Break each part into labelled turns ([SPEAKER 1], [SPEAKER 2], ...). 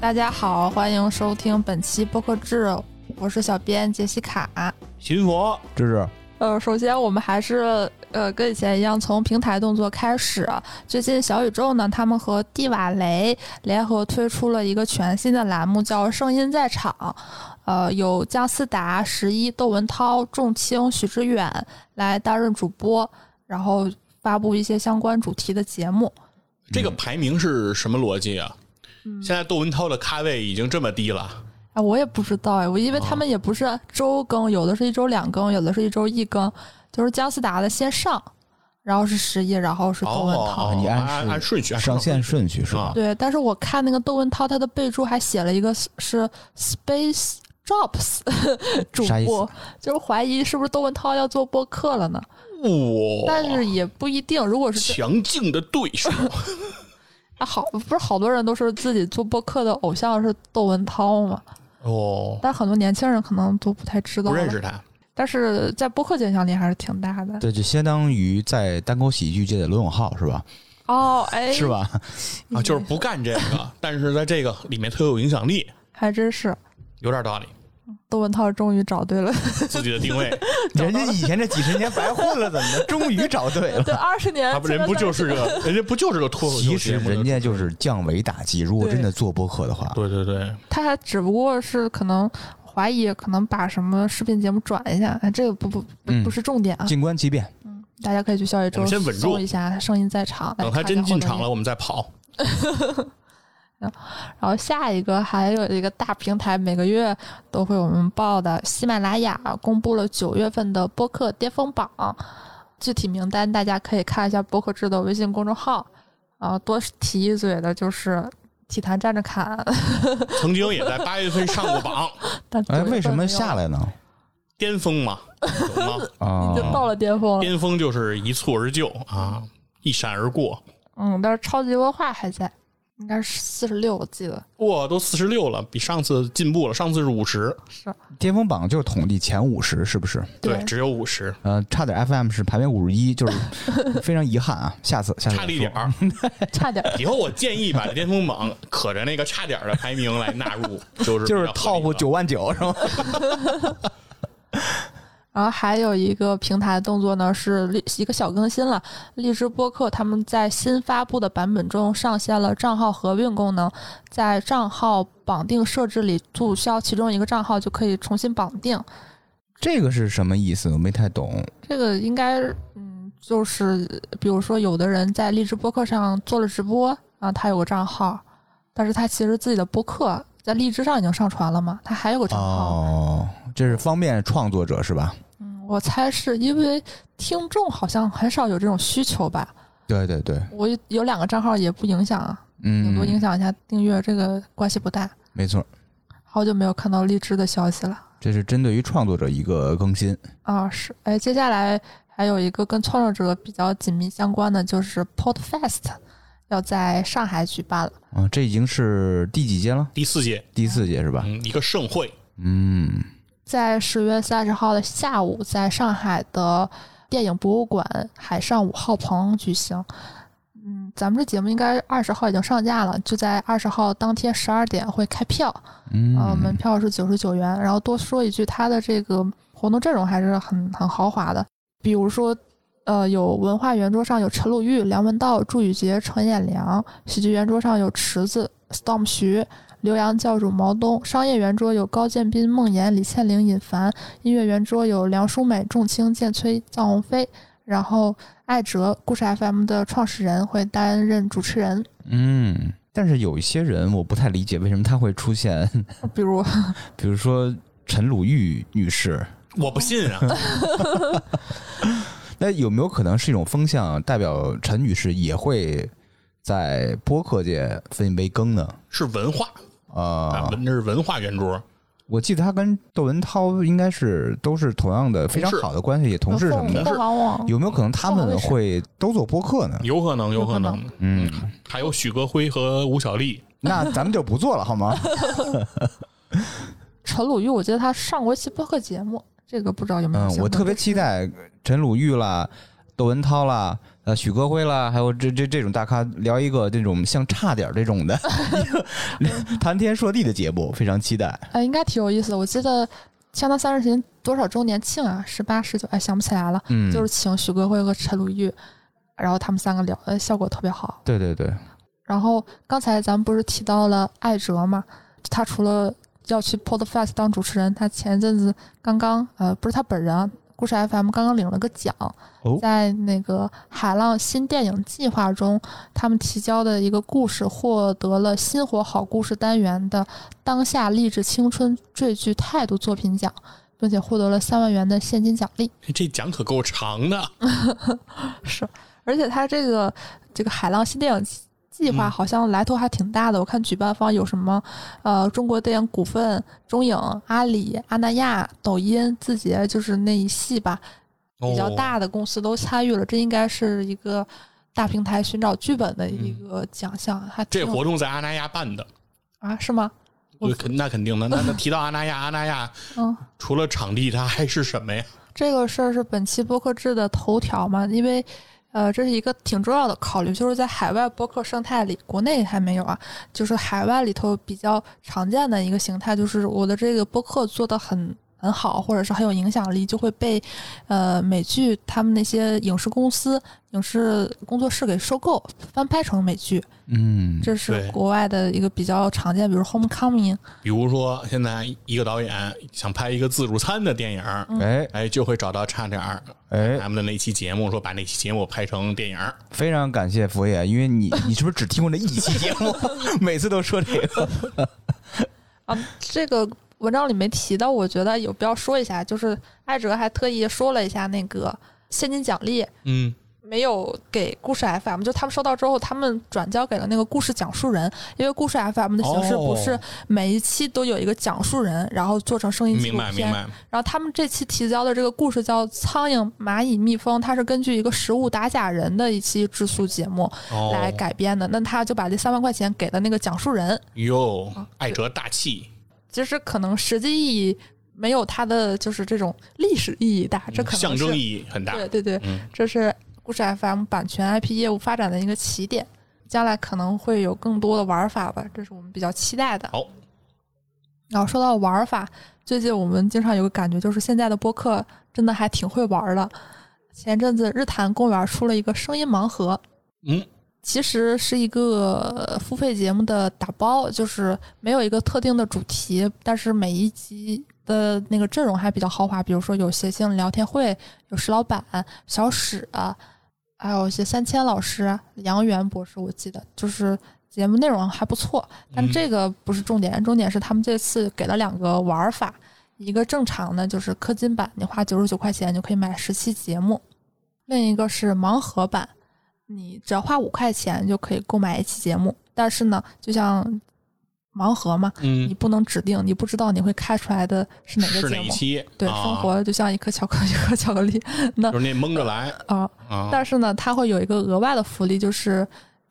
[SPEAKER 1] 大家好，欢迎收听本期播客志，我是小编杰西卡。
[SPEAKER 2] 秦佛，
[SPEAKER 3] 这是
[SPEAKER 1] 呃，首先我们还是呃跟以前一样，从平台动作开始。最近小宇宙呢，他们和蒂瓦雷联合推出了一个全新的栏目，叫《声音在场》。呃，有姜思达、十一、窦文涛、仲青、许知远来担任主播，然后发布一些相关主题的节目。
[SPEAKER 2] 这个排名是什么逻辑啊？现在窦文涛的咖位已经这么低了，
[SPEAKER 1] 啊，我也不知道哎，我因为
[SPEAKER 2] 啊
[SPEAKER 1] 他们也不是周更，有的是一周两更，有的是一周一更，就是姜思达的先上，然后是十一，然后是窦文涛。
[SPEAKER 2] 哦
[SPEAKER 3] 你按
[SPEAKER 2] 按按顺序按
[SPEAKER 3] 上线顺序是
[SPEAKER 2] 啊
[SPEAKER 3] 吧？
[SPEAKER 1] 对，但是我看那个窦文涛，他的备注还写了一个是是 Space Jobs 主
[SPEAKER 3] 啥意
[SPEAKER 1] 播
[SPEAKER 3] 思，
[SPEAKER 1] 就是怀疑是不是窦文涛要做播客了呢？
[SPEAKER 2] 哇，
[SPEAKER 1] 但是也不一定，如果是这
[SPEAKER 2] 强劲的对手，
[SPEAKER 1] 啊好，不是好多人都是自己做播客的偶像是窦文涛嘛？
[SPEAKER 2] 哦，
[SPEAKER 1] 但很多年轻人可能都不太知道，
[SPEAKER 2] 不认识，他。啊
[SPEAKER 1] 但是在播客影响力还是挺大的。
[SPEAKER 3] 对，就相当于在单口喜剧界的罗永浩是吧？
[SPEAKER 1] 哦，哎，
[SPEAKER 3] 是 吧？
[SPEAKER 2] 啊，就是不干这个，但是在这个里面特有影响力，
[SPEAKER 1] 还真是，
[SPEAKER 2] 有点道理。
[SPEAKER 1] 窦文涛终于找对 了，
[SPEAKER 2] 自己的定位，
[SPEAKER 3] 人家以前这几十年白混了，怎么的？终于找对 了。
[SPEAKER 1] 对，二十年
[SPEAKER 2] 他不人不就是个人家不就是个脱口秀
[SPEAKER 3] 其实
[SPEAKER 2] 节目的
[SPEAKER 3] 人家就是降维打击，如果
[SPEAKER 1] 对
[SPEAKER 3] 真的做播客的话，
[SPEAKER 2] 对对对，
[SPEAKER 1] 他还只不过是可能怀疑，可能把什么视频节目转一下，哎，这个不不不
[SPEAKER 3] 嗯
[SPEAKER 1] 不是重点啊，
[SPEAKER 3] 静观其变。
[SPEAKER 1] 大家可以去小宇宙
[SPEAKER 2] 我们先稳住
[SPEAKER 1] 搜一下，声音在场，来
[SPEAKER 2] 等他
[SPEAKER 1] 看一下
[SPEAKER 2] 真
[SPEAKER 1] 后
[SPEAKER 2] 进
[SPEAKER 1] 头
[SPEAKER 2] 场
[SPEAKER 1] 有。
[SPEAKER 2] 了，我们再跑。
[SPEAKER 1] 然后下一个还有一个大平台，每个月都会我们报的，喜马拉雅公布了九月份的播客巅峰榜，具体名单大家可以看一下播客制的微信公众号。啊，多提一嘴的就是体坛站着侃，
[SPEAKER 2] 曾经也在八月份上过榜，
[SPEAKER 1] 但
[SPEAKER 3] 哎，
[SPEAKER 1] 九月
[SPEAKER 3] 为什
[SPEAKER 1] 份没
[SPEAKER 3] 么
[SPEAKER 1] 有
[SPEAKER 3] 下来呢？
[SPEAKER 2] 巅峰嘛，懂吗？
[SPEAKER 3] 啊
[SPEAKER 1] 已，经到了巅峰了。
[SPEAKER 2] 巅峰就是一蹴而就啊，一闪而过。
[SPEAKER 1] 嗯，但是超级文化还在，应该是四十六，我记得
[SPEAKER 2] 哇，都四十六了，比上次进步了。上次是五十，
[SPEAKER 1] 是。
[SPEAKER 3] 巅峰榜就是统计前五十，是不是？
[SPEAKER 2] 对，只有五十，
[SPEAKER 3] 呃，差点 FM 是排名五十一，就是 非常遗憾啊。下次下次
[SPEAKER 2] 差了一点儿。
[SPEAKER 1] 差点儿。
[SPEAKER 2] 以后我建议把巅峰榜可着那个差点儿的排名来纳入， 就是
[SPEAKER 3] 就是
[SPEAKER 2] 比较合理
[SPEAKER 3] top
[SPEAKER 2] 的
[SPEAKER 3] 九万九是吗？
[SPEAKER 1] 然后还有一个平台动作呢，是荔一个小更新了。荔枝播客他们在新发布的版本中上线了账号合并功能，在账号绑定设置里注销其中一个账号，就可以重新绑定。
[SPEAKER 3] 这个是什么意思？我没太懂。
[SPEAKER 1] 这个应该，嗯，就是比如说，有的人在荔枝播客上做了直播啊，他有个账号，但是他其实自己的播客在荔枝上已经上传了嘛，他还有个账号。
[SPEAKER 3] 哦，这是方便创作者是吧？
[SPEAKER 1] 嗯，我猜是因为听众好像很少有这种需求吧。
[SPEAKER 3] 对对对，
[SPEAKER 1] 我有两个账号也不影响啊，顶多影
[SPEAKER 3] 嗯，
[SPEAKER 1] 响一下订阅，这个关系不大。
[SPEAKER 3] 没错，
[SPEAKER 1] 好久没有看到荔枝的消息了。
[SPEAKER 3] 这是针对于创作者一个更新。
[SPEAKER 1] 啊，是，哎，接下来还有一个跟创作者比较紧密相关的，就是 Podfest 要在上海举办了。
[SPEAKER 3] 啊，这已经是第几届了？
[SPEAKER 2] 第四届，
[SPEAKER 3] 第四届是吧？
[SPEAKER 2] 嗯，一个盛会，
[SPEAKER 3] 嗯，
[SPEAKER 1] 在十月三十号的下午，在上海的电影博物馆海上五号棚举行。嗯，咱们这节目应该二十号已经上架了，就在二十号当天十二点会开票，
[SPEAKER 3] 嗯
[SPEAKER 1] 呃，门票是九十九元。然后多说一句，它的这个活动阵容还是很很豪华的，比如说。呃，有文化圆桌上有陈鲁豫、梁文道、祝宇杰、陈彦良；喜剧圆桌上有池子、Storm 徐、刘洋教主毛东；商业圆桌有高建斌、孟岩、李倩玲、尹凡；音乐圆桌有梁淑美、仲青、剑崔、臧鸿飞，然后艾哲，故事 FM 的创始人会担任主持人，
[SPEAKER 3] 嗯。但是有一些人我不太理解，为什么他会出现，
[SPEAKER 1] 比如
[SPEAKER 3] 比如说陈鲁豫女士。
[SPEAKER 2] 我不信啊，
[SPEAKER 3] 那有没有可能是一种风向，代表陈女士也会在播客界分一杯羹呢？
[SPEAKER 2] 是文化啊，
[SPEAKER 3] 啊、
[SPEAKER 2] 文那是文化圆桌，
[SPEAKER 3] 我记得他跟窦文涛应该是都是同样的非常
[SPEAKER 2] 同事
[SPEAKER 3] 好的关系，也同事什么
[SPEAKER 1] 哦凤
[SPEAKER 3] 的。
[SPEAKER 1] 凤凰网
[SPEAKER 3] 有没有可能他
[SPEAKER 1] 哦
[SPEAKER 3] 们
[SPEAKER 1] 为什么
[SPEAKER 3] 会都做播客呢？
[SPEAKER 2] 有可能，有可
[SPEAKER 1] 有
[SPEAKER 2] 能，
[SPEAKER 3] 嗯，
[SPEAKER 2] 还有许戈辉和吴小莉，
[SPEAKER 3] 那咱们就不做了 好吗？
[SPEAKER 1] 嗯陈鲁豫，我记得他上过一期播客节目，这个不知道有没有
[SPEAKER 3] 嗯
[SPEAKER 1] 相，关、
[SPEAKER 3] 我特别期待陈鲁豫啦、窦文涛啦，呃，许戈辉啦，还有这这这种大咖聊一个这种像差点儿 这种的一个谈天说地的节目，非常期待。
[SPEAKER 1] 呃，应该挺有意思的。我记得像他三十行多少周年庆啊，十八、十九，哎，想不起来了。
[SPEAKER 3] 嗯，
[SPEAKER 1] 就是请许戈辉和陈鲁豫，然后他们三个聊，呃，效果特别好。
[SPEAKER 3] 对对对，
[SPEAKER 1] 然后刚才咱们不是提到了艾哲嘛，他除了要去 Podfest 当主持人，他前一阵子刚刚呃，不是他本人啊，故事 FM 刚刚领了个奖，
[SPEAKER 3] 哦
[SPEAKER 1] 在那个海浪新电影计划中，他们提交的一个故事获得了新火好故事单元的当下励志青春最具态度作品奖，并且获得了三万元的现金奖励。
[SPEAKER 2] 这奖可够长的，
[SPEAKER 1] 是，而且他这个这个海浪新电影计计划
[SPEAKER 2] 嗯
[SPEAKER 1] 好像来头还挺大的。我看举办方有什么，呃，中国电影股份、中影、阿里、阿那亚、抖音、字节，就是那一系吧，比较
[SPEAKER 2] 哦
[SPEAKER 1] 大的公司都参与了。这应该是一个大平台寻找剧本的一
[SPEAKER 2] 嗯
[SPEAKER 1] 个奖项，啊还挺
[SPEAKER 2] 这
[SPEAKER 1] 有
[SPEAKER 2] 活动在阿那亚办的，
[SPEAKER 1] 啊？是吗？我
[SPEAKER 2] 对肯那肯定的。那那提到阿那亚，阿那亚
[SPEAKER 1] 嗯，
[SPEAKER 2] 除了场地，它还是什么呀？
[SPEAKER 1] 这个事儿是本期播客制的头条嘛，因为。呃，这是一个挺重要的考虑，就是在海外播客生态里，国内还没有啊。就是海外里头比较常见的一个形态，就是我的这个播客做得很很好，或者是很有影响力，就会被呃美剧他们那些影视公司、影视工作室给收购，翻拍成美剧。
[SPEAKER 3] 嗯，
[SPEAKER 1] 这是
[SPEAKER 2] 对
[SPEAKER 1] 国外的一个比较常见，比如《Homecoming》，
[SPEAKER 2] 比如说，现在一个导演想拍一个自助餐的电影，
[SPEAKER 1] 嗯
[SPEAKER 3] 哎
[SPEAKER 2] 哎，就会找到差点儿
[SPEAKER 3] 哎，
[SPEAKER 2] 咱们的那期节目，说把那期节目拍成电影。
[SPEAKER 3] 非常感谢佛爷，因为你你是不是只听过这一期节目？ 每次都说这个，
[SPEAKER 1] 啊，这个文章里没提到，我觉得有必要说一下，就是艾哲还特意说了一下那个现金奖励
[SPEAKER 2] 嗯，
[SPEAKER 1] 没有给故事 FM，就他们收到之后，他们转交给了那个故事讲述人，因为故事 FM 的形式不是
[SPEAKER 2] 哦
[SPEAKER 1] 每一期都有一个讲述人，然后做成声音纪
[SPEAKER 2] 嗯明
[SPEAKER 1] 录
[SPEAKER 2] 白明
[SPEAKER 1] 片。
[SPEAKER 2] 白。
[SPEAKER 1] 然后他们这期提交的这个故事叫《苍蝇、蚂蚁、蜜蜂》，它是根据一个食物打假人的一期质素节目
[SPEAKER 2] 哦，
[SPEAKER 1] 来改编的。那他就把这三万块钱给了那个讲述人，
[SPEAKER 2] 哟
[SPEAKER 1] 啊，
[SPEAKER 2] 艾哲大气，
[SPEAKER 1] 其实可能实际意义没有它的就是这种历史意义大，这可能
[SPEAKER 2] 嗯象征意
[SPEAKER 1] 义
[SPEAKER 2] 义很大。
[SPEAKER 1] 对对对，
[SPEAKER 2] 嗯，
[SPEAKER 1] 这是故事 FM 版权 IP 业务发展的一个起点，将来可能会有更多的玩法吧，这是我们比较期待的。
[SPEAKER 2] 好，
[SPEAKER 1] 然后说到玩法，最近我们经常有个感觉，就是现在的播客真的还挺会玩的。前阵子日坛公园出了一个声音盲盒，
[SPEAKER 2] 嗯，
[SPEAKER 1] 其实是一个呃付费节目的打包，就是没有一个特定的主题，但是每一集的那个阵容还比较豪华，比如说有谐星聊天会，有石老板、小史，还有一些三千老师、杨元博士，我记得就是节目内容还不错，但
[SPEAKER 2] 嗯
[SPEAKER 1] 这个不是重点，重点是他们这次给了两个玩法，一个正常的就是氪金版，你花九十九块钱就可以买十期节目，另一个是盲盒版，你只要花五块钱就可以购买一期节目，但是呢，就像盲盒嘛，你
[SPEAKER 2] 嗯，
[SPEAKER 1] 不能指定，你不知道你会开出来的是哪个
[SPEAKER 2] 是
[SPEAKER 1] 节
[SPEAKER 2] 哪一
[SPEAKER 1] 目。
[SPEAKER 2] 期？
[SPEAKER 1] 对，
[SPEAKER 2] 啊
[SPEAKER 1] 生活就像一颗巧克力，一颗巧克力
[SPEAKER 2] 就是那蒙着来
[SPEAKER 1] 啊。
[SPEAKER 2] 啊。
[SPEAKER 1] 但是呢，它会有一个额外的福利，就是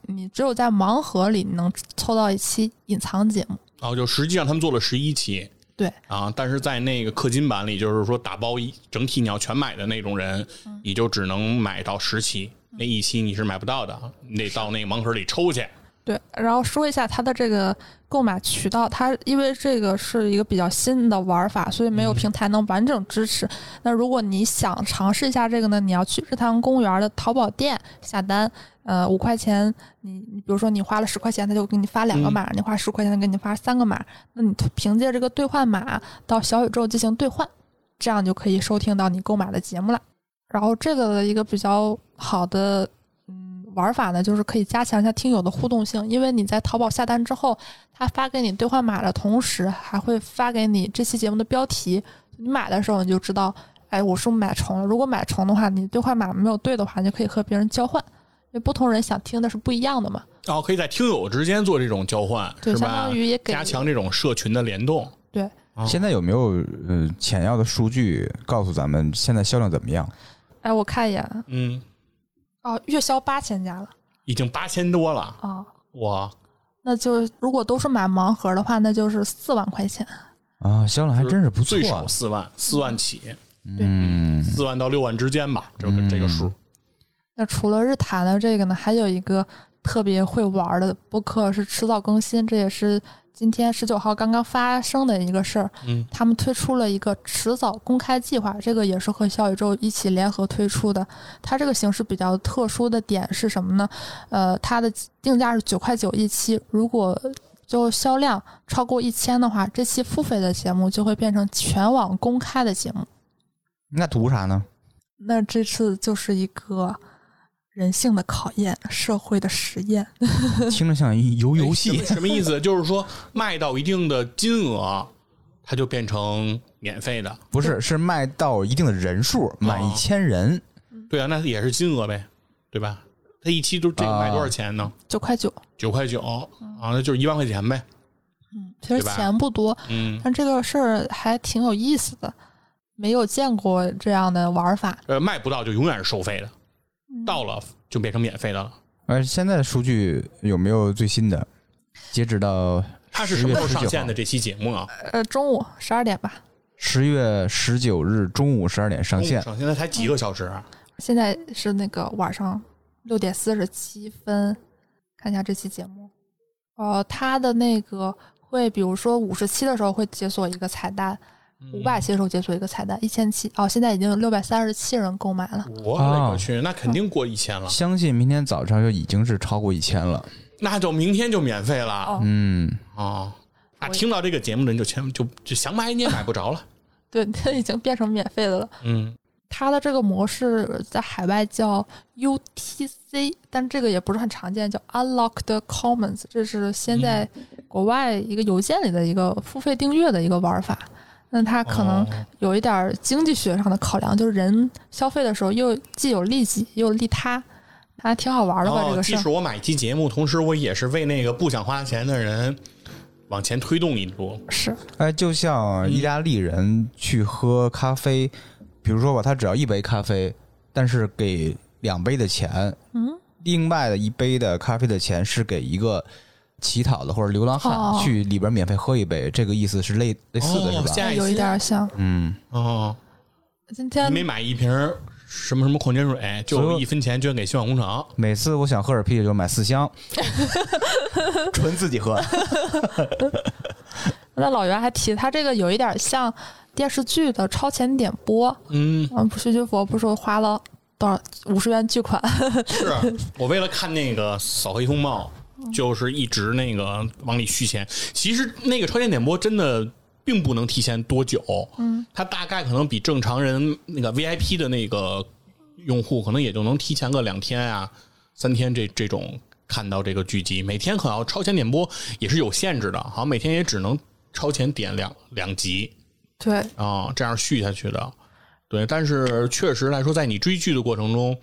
[SPEAKER 1] 你只有在盲盒里能抽到一期隐藏节目。
[SPEAKER 2] 然哦后就实际上他们做了十一期。
[SPEAKER 1] 对
[SPEAKER 2] 啊，但是在那个氪金版里，就是说打包一整体你要全买的那种人，
[SPEAKER 1] 嗯
[SPEAKER 2] 你就只能买到十期，那一期你是买不到的，你得到那个盲盒里抽去。
[SPEAKER 1] 对，然后说一下它的这个购买渠道，它因为这个是一个比较新的玩法，所以没有平台能完整支持。那如果你想尝试一下这个呢，你要去日坛公园的淘宝店下单，呃，五块钱，你你比如说你花了十块钱，他就给你发两个
[SPEAKER 2] 嗯
[SPEAKER 1] 码；你花十块钱，他给你发三个码。那你凭借这个兑换码到小宇宙进行兑换，这样就可以收听到你购买的节目了。然后这个的一个比较好的嗯玩法呢，就是可以加强一下听友的互动性，因为你在淘宝下单之后，他发给你兑换码的同时，还会发给你这期节目的标题。你买的时候你就知道，哎，我是不是买重了？如果买重的话，你兑换码没有对的话，你就可以和别人交换，因为不同人想听的是不一样的嘛。
[SPEAKER 2] 然哦后可以在听友之间做这种交换，
[SPEAKER 1] 对，
[SPEAKER 2] 是
[SPEAKER 1] 相
[SPEAKER 2] 吧
[SPEAKER 1] 当？于也给
[SPEAKER 2] 加强这种社群的联动。
[SPEAKER 1] 对，
[SPEAKER 2] 哦
[SPEAKER 3] 现在有没有呃简要的数据告诉咱们现在销量怎么样？
[SPEAKER 1] 哎，我看一眼，
[SPEAKER 2] 嗯，
[SPEAKER 1] 哦，月销八千家了
[SPEAKER 2] 已经八千多了，
[SPEAKER 1] 啊、哦
[SPEAKER 2] 哇，
[SPEAKER 1] 那就如果都是买盲盒的话，那就是四万块钱。
[SPEAKER 3] 啊，销量还真是不错
[SPEAKER 2] 最，少四万，四万起，
[SPEAKER 1] 对
[SPEAKER 3] 嗯，
[SPEAKER 2] 四万到六万之间吧，这个、
[SPEAKER 3] 嗯
[SPEAKER 2] 这个数。
[SPEAKER 1] 那除了日坛的这个呢，还有一个特别会玩的播客是迟早更新，这也是今天十九号刚刚发生的一个事儿。
[SPEAKER 2] 嗯
[SPEAKER 1] 他们推出了一个迟早公开计划，这个也是和小宇宙一起联合推出的。它这个形式比较特殊的点是什么呢？呃，它的定价是九块九一期，如果就销量超过一千的话，这期付费的节目就会变成全网公开的节目。
[SPEAKER 3] 那图啥 呢？
[SPEAKER 1] 那这次就是一个人性的考验，社会的实验。
[SPEAKER 3] 听着像一游游戏
[SPEAKER 2] 什么，什么意思？就是说卖到一定的金额，它就变成免费的。
[SPEAKER 3] 不是，是卖到一定的人数，满一千人，
[SPEAKER 2] 对啊，那也是金额呗，对吧？它一期都这
[SPEAKER 3] 啊
[SPEAKER 2] 个卖多少钱呢？
[SPEAKER 1] 九块九，
[SPEAKER 2] 九块九啊，那就是一万块钱呗。
[SPEAKER 1] 嗯，其实
[SPEAKER 2] 对吧
[SPEAKER 1] 钱不多，
[SPEAKER 2] 嗯，
[SPEAKER 1] 但这个事儿还挺有意思的，没有见过这样的玩法。
[SPEAKER 2] 呃，卖不到就永远是收费的，
[SPEAKER 1] 嗯
[SPEAKER 2] 到了就变成免费的了。
[SPEAKER 3] 而现在的数据有没有最新的？截止到
[SPEAKER 2] 它是什么时候上线的这期节目啊？
[SPEAKER 1] 呃，中午十二点吧，
[SPEAKER 3] 十月十九日中午十二点上
[SPEAKER 2] 中午
[SPEAKER 3] 线。
[SPEAKER 2] 哦上线，那才几个小时啊？
[SPEAKER 1] 现在是那个晚上六点四十七分，看一下这期节目。呃，它的那个会，比如说五十期的时候会解锁一个彩蛋，
[SPEAKER 2] 嗯
[SPEAKER 1] 五百期的时候解锁一个彩蛋，一千期哦，现在已经有六百三十七人购买了。
[SPEAKER 2] 我勒
[SPEAKER 3] 啊
[SPEAKER 2] 个去，那肯定过一千了，
[SPEAKER 3] 相信明天早上就已经是超过一千了。
[SPEAKER 2] 那就明天就免费了
[SPEAKER 1] 哦
[SPEAKER 3] 嗯，
[SPEAKER 2] 啊！
[SPEAKER 1] 我
[SPEAKER 2] 啊，听到这个节目的人就千就就想买你也买不着 了。
[SPEAKER 1] 对， 它已经变成免费的了。
[SPEAKER 2] 嗯，
[SPEAKER 1] 它的这个模式在海外叫 UTC，但这个也不是很常见，叫 Unlocked Commons，这是现在
[SPEAKER 2] 嗯
[SPEAKER 1] 国外一个邮件里的一个付费订阅的一个玩法。那它可能
[SPEAKER 2] 哦
[SPEAKER 1] 有一点儿经济学上的考量，就是人消费的时候又既有利己又有利他，还挺好玩的吧？这
[SPEAKER 2] 哦，
[SPEAKER 1] 个
[SPEAKER 2] 即
[SPEAKER 1] 事儿
[SPEAKER 2] 使。我买一期节目，同时我也是为那个不想花钱的人往前推动一步。
[SPEAKER 1] 是，
[SPEAKER 3] 哎，就像
[SPEAKER 1] 嗯
[SPEAKER 3] 意大利人去喝咖啡，比如说吧，他只要一杯咖啡，但是给两杯的钱，
[SPEAKER 1] 嗯，
[SPEAKER 3] 另外的一杯的咖啡的钱是给一个乞讨的或者流浪
[SPEAKER 1] 哦
[SPEAKER 3] 汉去里边免费喝一杯，这个意思是类类似的
[SPEAKER 2] 哦
[SPEAKER 3] 是吧？
[SPEAKER 2] 下一期
[SPEAKER 1] 有一点儿像
[SPEAKER 3] 嗯，
[SPEAKER 2] 哦，
[SPEAKER 1] 今天
[SPEAKER 2] 你每买一瓶儿什么什么矿泉水，
[SPEAKER 3] 所
[SPEAKER 2] 就
[SPEAKER 3] 以
[SPEAKER 2] 一分钱捐给希望工厂。
[SPEAKER 3] 每次我想喝点啤酒就买四 箱，纯自己喝。
[SPEAKER 1] 那老袁还提，他这个有一点像电视剧的超前点播。
[SPEAKER 2] 嗯，
[SPEAKER 1] 嗯，不，徐君佛不是说花了多少五十元巨款？
[SPEAKER 2] 是 嗯我为了看那个《扫黑风暴》，就是一直那个往里续钱。其实那个超前点播真的并不能提前多久，嗯，它大概可能比正常人那个 VIP 的那个用户，可能也就能提前个两天啊、三天这这种看到这个剧集。每天可能超前点播也是有限制的，好像每天也只能超前点两两集
[SPEAKER 1] 对，
[SPEAKER 2] 啊、这样续下去的。对，但是确实来说，在你追剧的过程中，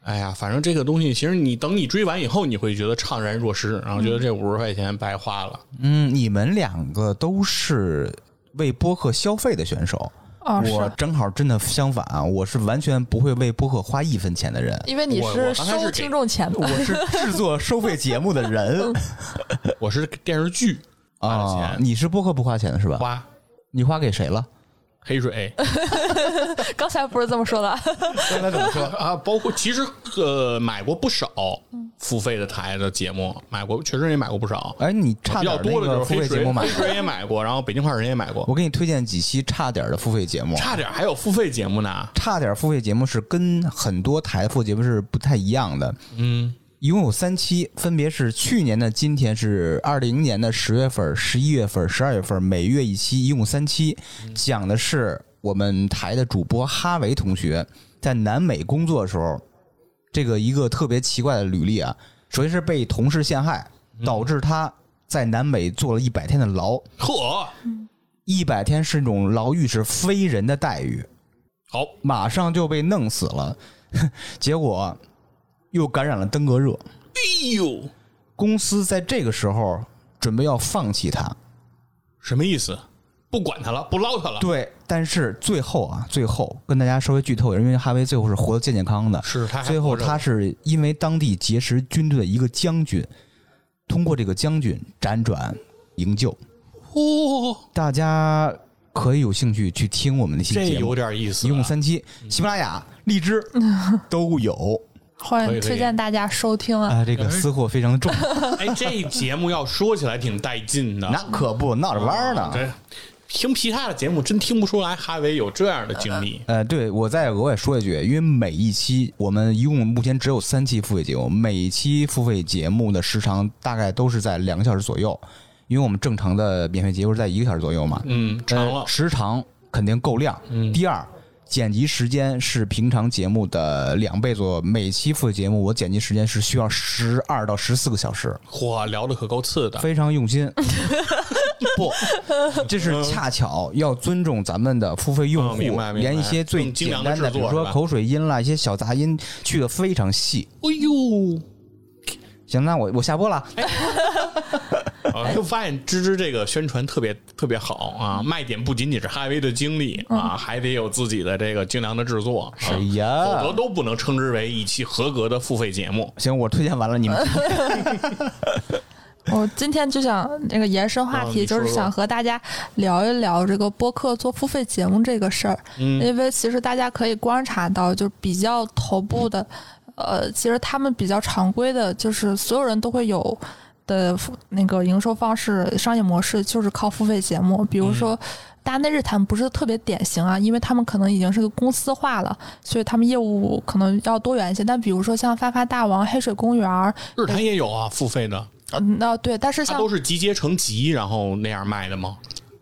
[SPEAKER 2] 哎呀，反正这个东西，其实你等你追完以后，你会觉得怅然若失，然后觉得这五十块钱白花 了。
[SPEAKER 3] 嗯，你们两个都是为播客消费的选手，
[SPEAKER 1] 哦，
[SPEAKER 3] 我
[SPEAKER 1] 是，
[SPEAKER 3] 正好真的相反啊，我是完全不会为播客花一分钱的人
[SPEAKER 1] 因为你
[SPEAKER 2] 我
[SPEAKER 1] 是
[SPEAKER 2] 我刚开始
[SPEAKER 1] 收
[SPEAKER 2] 给
[SPEAKER 1] 听众钱
[SPEAKER 3] 我
[SPEAKER 1] 的，
[SPEAKER 3] 是制作收费节目的人
[SPEAKER 2] 我是电视剧嗯花了
[SPEAKER 3] 啊、
[SPEAKER 2] 钱，
[SPEAKER 3] 你是播客不花钱的是吧？
[SPEAKER 2] 花
[SPEAKER 3] 你花给谁了？
[SPEAKER 2] 黑水
[SPEAKER 3] 嗯
[SPEAKER 1] 刚才不是这么说的。
[SPEAKER 3] 刚才怎么说？
[SPEAKER 2] 啊，包括其实呃买过不少付费的台的节目，买过确实也买过不少，
[SPEAKER 3] 哎，你差
[SPEAKER 2] 比较
[SPEAKER 3] 点
[SPEAKER 2] 多
[SPEAKER 3] 那
[SPEAKER 2] 的就
[SPEAKER 3] 个
[SPEAKER 2] 是黑
[SPEAKER 3] 付费节
[SPEAKER 2] 水，
[SPEAKER 3] 目买
[SPEAKER 2] 黑，水也买过，然后北京话人也买过，
[SPEAKER 3] 我给你推荐几期差点的付费节目。
[SPEAKER 2] 差点还有付费节目呢。
[SPEAKER 3] 差点付费节目是跟很多台的付费节目是不太一样的，
[SPEAKER 2] 嗯，
[SPEAKER 3] 一共有三期，分别是去年的今天是二零年的十月份、十一月份、十二月份，每月一期，一共三期，讲的是我们台的主播哈维同学在南美工作的时候，这个一个特别奇怪的履历啊，首先是被同事陷害，导致他在南美坐了一百天的牢，
[SPEAKER 2] 呵，
[SPEAKER 3] 一百天是一种牢狱是非人的待遇，
[SPEAKER 2] 好，
[SPEAKER 3] 马上就被弄死了， 结果又感染了登革热。
[SPEAKER 2] 哎呦，
[SPEAKER 3] 公司在这个时候准备要放弃他，
[SPEAKER 2] 什么意思？不管他了，不捞他了，
[SPEAKER 3] 对，但是最后啊，最后跟大家稍微剧透，因为哈维最后是活得健健康康的，
[SPEAKER 2] 是他还
[SPEAKER 3] 最后
[SPEAKER 2] 活着
[SPEAKER 3] 他是因为当地结识军队的一个将军，通过这个将军辗转营救，
[SPEAKER 2] 哦，
[SPEAKER 3] 大家可以有兴趣去听我们那期
[SPEAKER 2] 这
[SPEAKER 3] 节目
[SPEAKER 2] 有，点意思啊，
[SPEAKER 3] 一共三期，喜马拉雅、荔枝都 有。
[SPEAKER 1] 欢
[SPEAKER 2] 可以
[SPEAKER 1] 迎
[SPEAKER 2] 可以
[SPEAKER 1] 推荐大家收听啊。
[SPEAKER 3] 啊，这个私货非常 重，啊
[SPEAKER 2] 哎，这节目要说起来挺带劲的，
[SPEAKER 3] 那可不闹着玩儿呢。
[SPEAKER 2] 对，听其他的节目真听不出来哈维有这样的经历。
[SPEAKER 3] 呃，对我再额外说一句，因为每一期我们一共目前只有三期付费节目，每一期付费节目的时长大概都是在两个小时左右，因为我们正常的免费节目是在一个小时左右嘛，
[SPEAKER 2] 嗯，长
[SPEAKER 3] 呃
[SPEAKER 2] 了，嗯
[SPEAKER 3] 时长肯定够量。第二，剪辑时间是平常节目的两倍左右，每期付费节目我剪辑时间是需要十二到十四个小时，
[SPEAKER 2] 嚯，聊的可够次的。
[SPEAKER 3] 非常用心。 不，
[SPEAKER 2] 哎
[SPEAKER 3] 这是恰巧要尊重咱们的付费用
[SPEAKER 2] 嗯
[SPEAKER 3] 户
[SPEAKER 2] 明白，明白
[SPEAKER 3] 连一些最
[SPEAKER 2] 更精良
[SPEAKER 3] 简
[SPEAKER 2] 的
[SPEAKER 3] 单的，
[SPEAKER 2] 制
[SPEAKER 3] 比
[SPEAKER 2] 作
[SPEAKER 3] 如说
[SPEAKER 2] 是吧
[SPEAKER 3] 口水音啦，一些小杂音去的非常细。
[SPEAKER 2] 哎呦，
[SPEAKER 3] 行，那我我下播了。
[SPEAKER 2] 哎
[SPEAKER 3] 哎
[SPEAKER 2] 我就发现芝芝这个宣传特别特别好啊，卖点不仅仅是哈维的经历啊，还得有自己的这个精良的制作，啊
[SPEAKER 3] 哎嗯呀
[SPEAKER 2] 否则都不能称之为一期合格的付费节目。
[SPEAKER 3] 行，我推荐完了，你们
[SPEAKER 1] 我今天就想那个延伸话
[SPEAKER 2] 嗯
[SPEAKER 1] 题，
[SPEAKER 2] 你说
[SPEAKER 1] 就是想和大家聊一聊这个播客做付费节目这个事儿，
[SPEAKER 2] 嗯
[SPEAKER 1] 因为其实大家可以观察到，就比较头部的，呃，其实他们比较常规的，就是所有人都会有。的付那个营收方式、商业模式就是靠付费节目，比如
[SPEAKER 2] 嗯
[SPEAKER 1] 说大内日坛不是特别典型啊，因为他们可能已经是个公司化了，所以他们业务可能要多元一些。但比如说像发发大王、黑水公园儿，
[SPEAKER 2] 日坛也有啊，付费的，
[SPEAKER 1] 嗯，那对，但是
[SPEAKER 2] 它
[SPEAKER 1] 像嗯
[SPEAKER 2] 都是集结成集，然后那样卖的吗？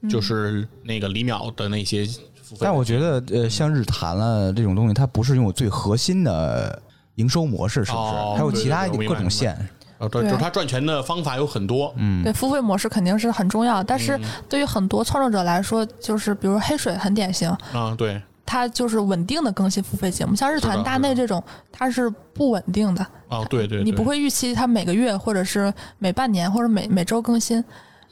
[SPEAKER 2] 就是那个李淼的那些付费
[SPEAKER 3] 但，我觉得，呃，像日坛了这种东西，它不是用最核心的营收模式，是不是？
[SPEAKER 2] 哦
[SPEAKER 3] 还有其他
[SPEAKER 2] 对对对
[SPEAKER 3] 各种线，
[SPEAKER 2] 呃对，
[SPEAKER 1] 对
[SPEAKER 2] 就是它赚钱的方法有很多。嗯，
[SPEAKER 1] 对付费模式肯定是很重要，但是对于很多创作者来说，就是比如黑水很典型，
[SPEAKER 2] 啊，对，
[SPEAKER 1] 它就是稳定的更新付费节目，像日
[SPEAKER 2] 是
[SPEAKER 1] 坛
[SPEAKER 2] 的
[SPEAKER 1] 大内这种，它是不稳定的，
[SPEAKER 2] 哦，对对，
[SPEAKER 1] 你
[SPEAKER 2] 对
[SPEAKER 1] 不会预期它每个月或者是每半年或者每每周更新。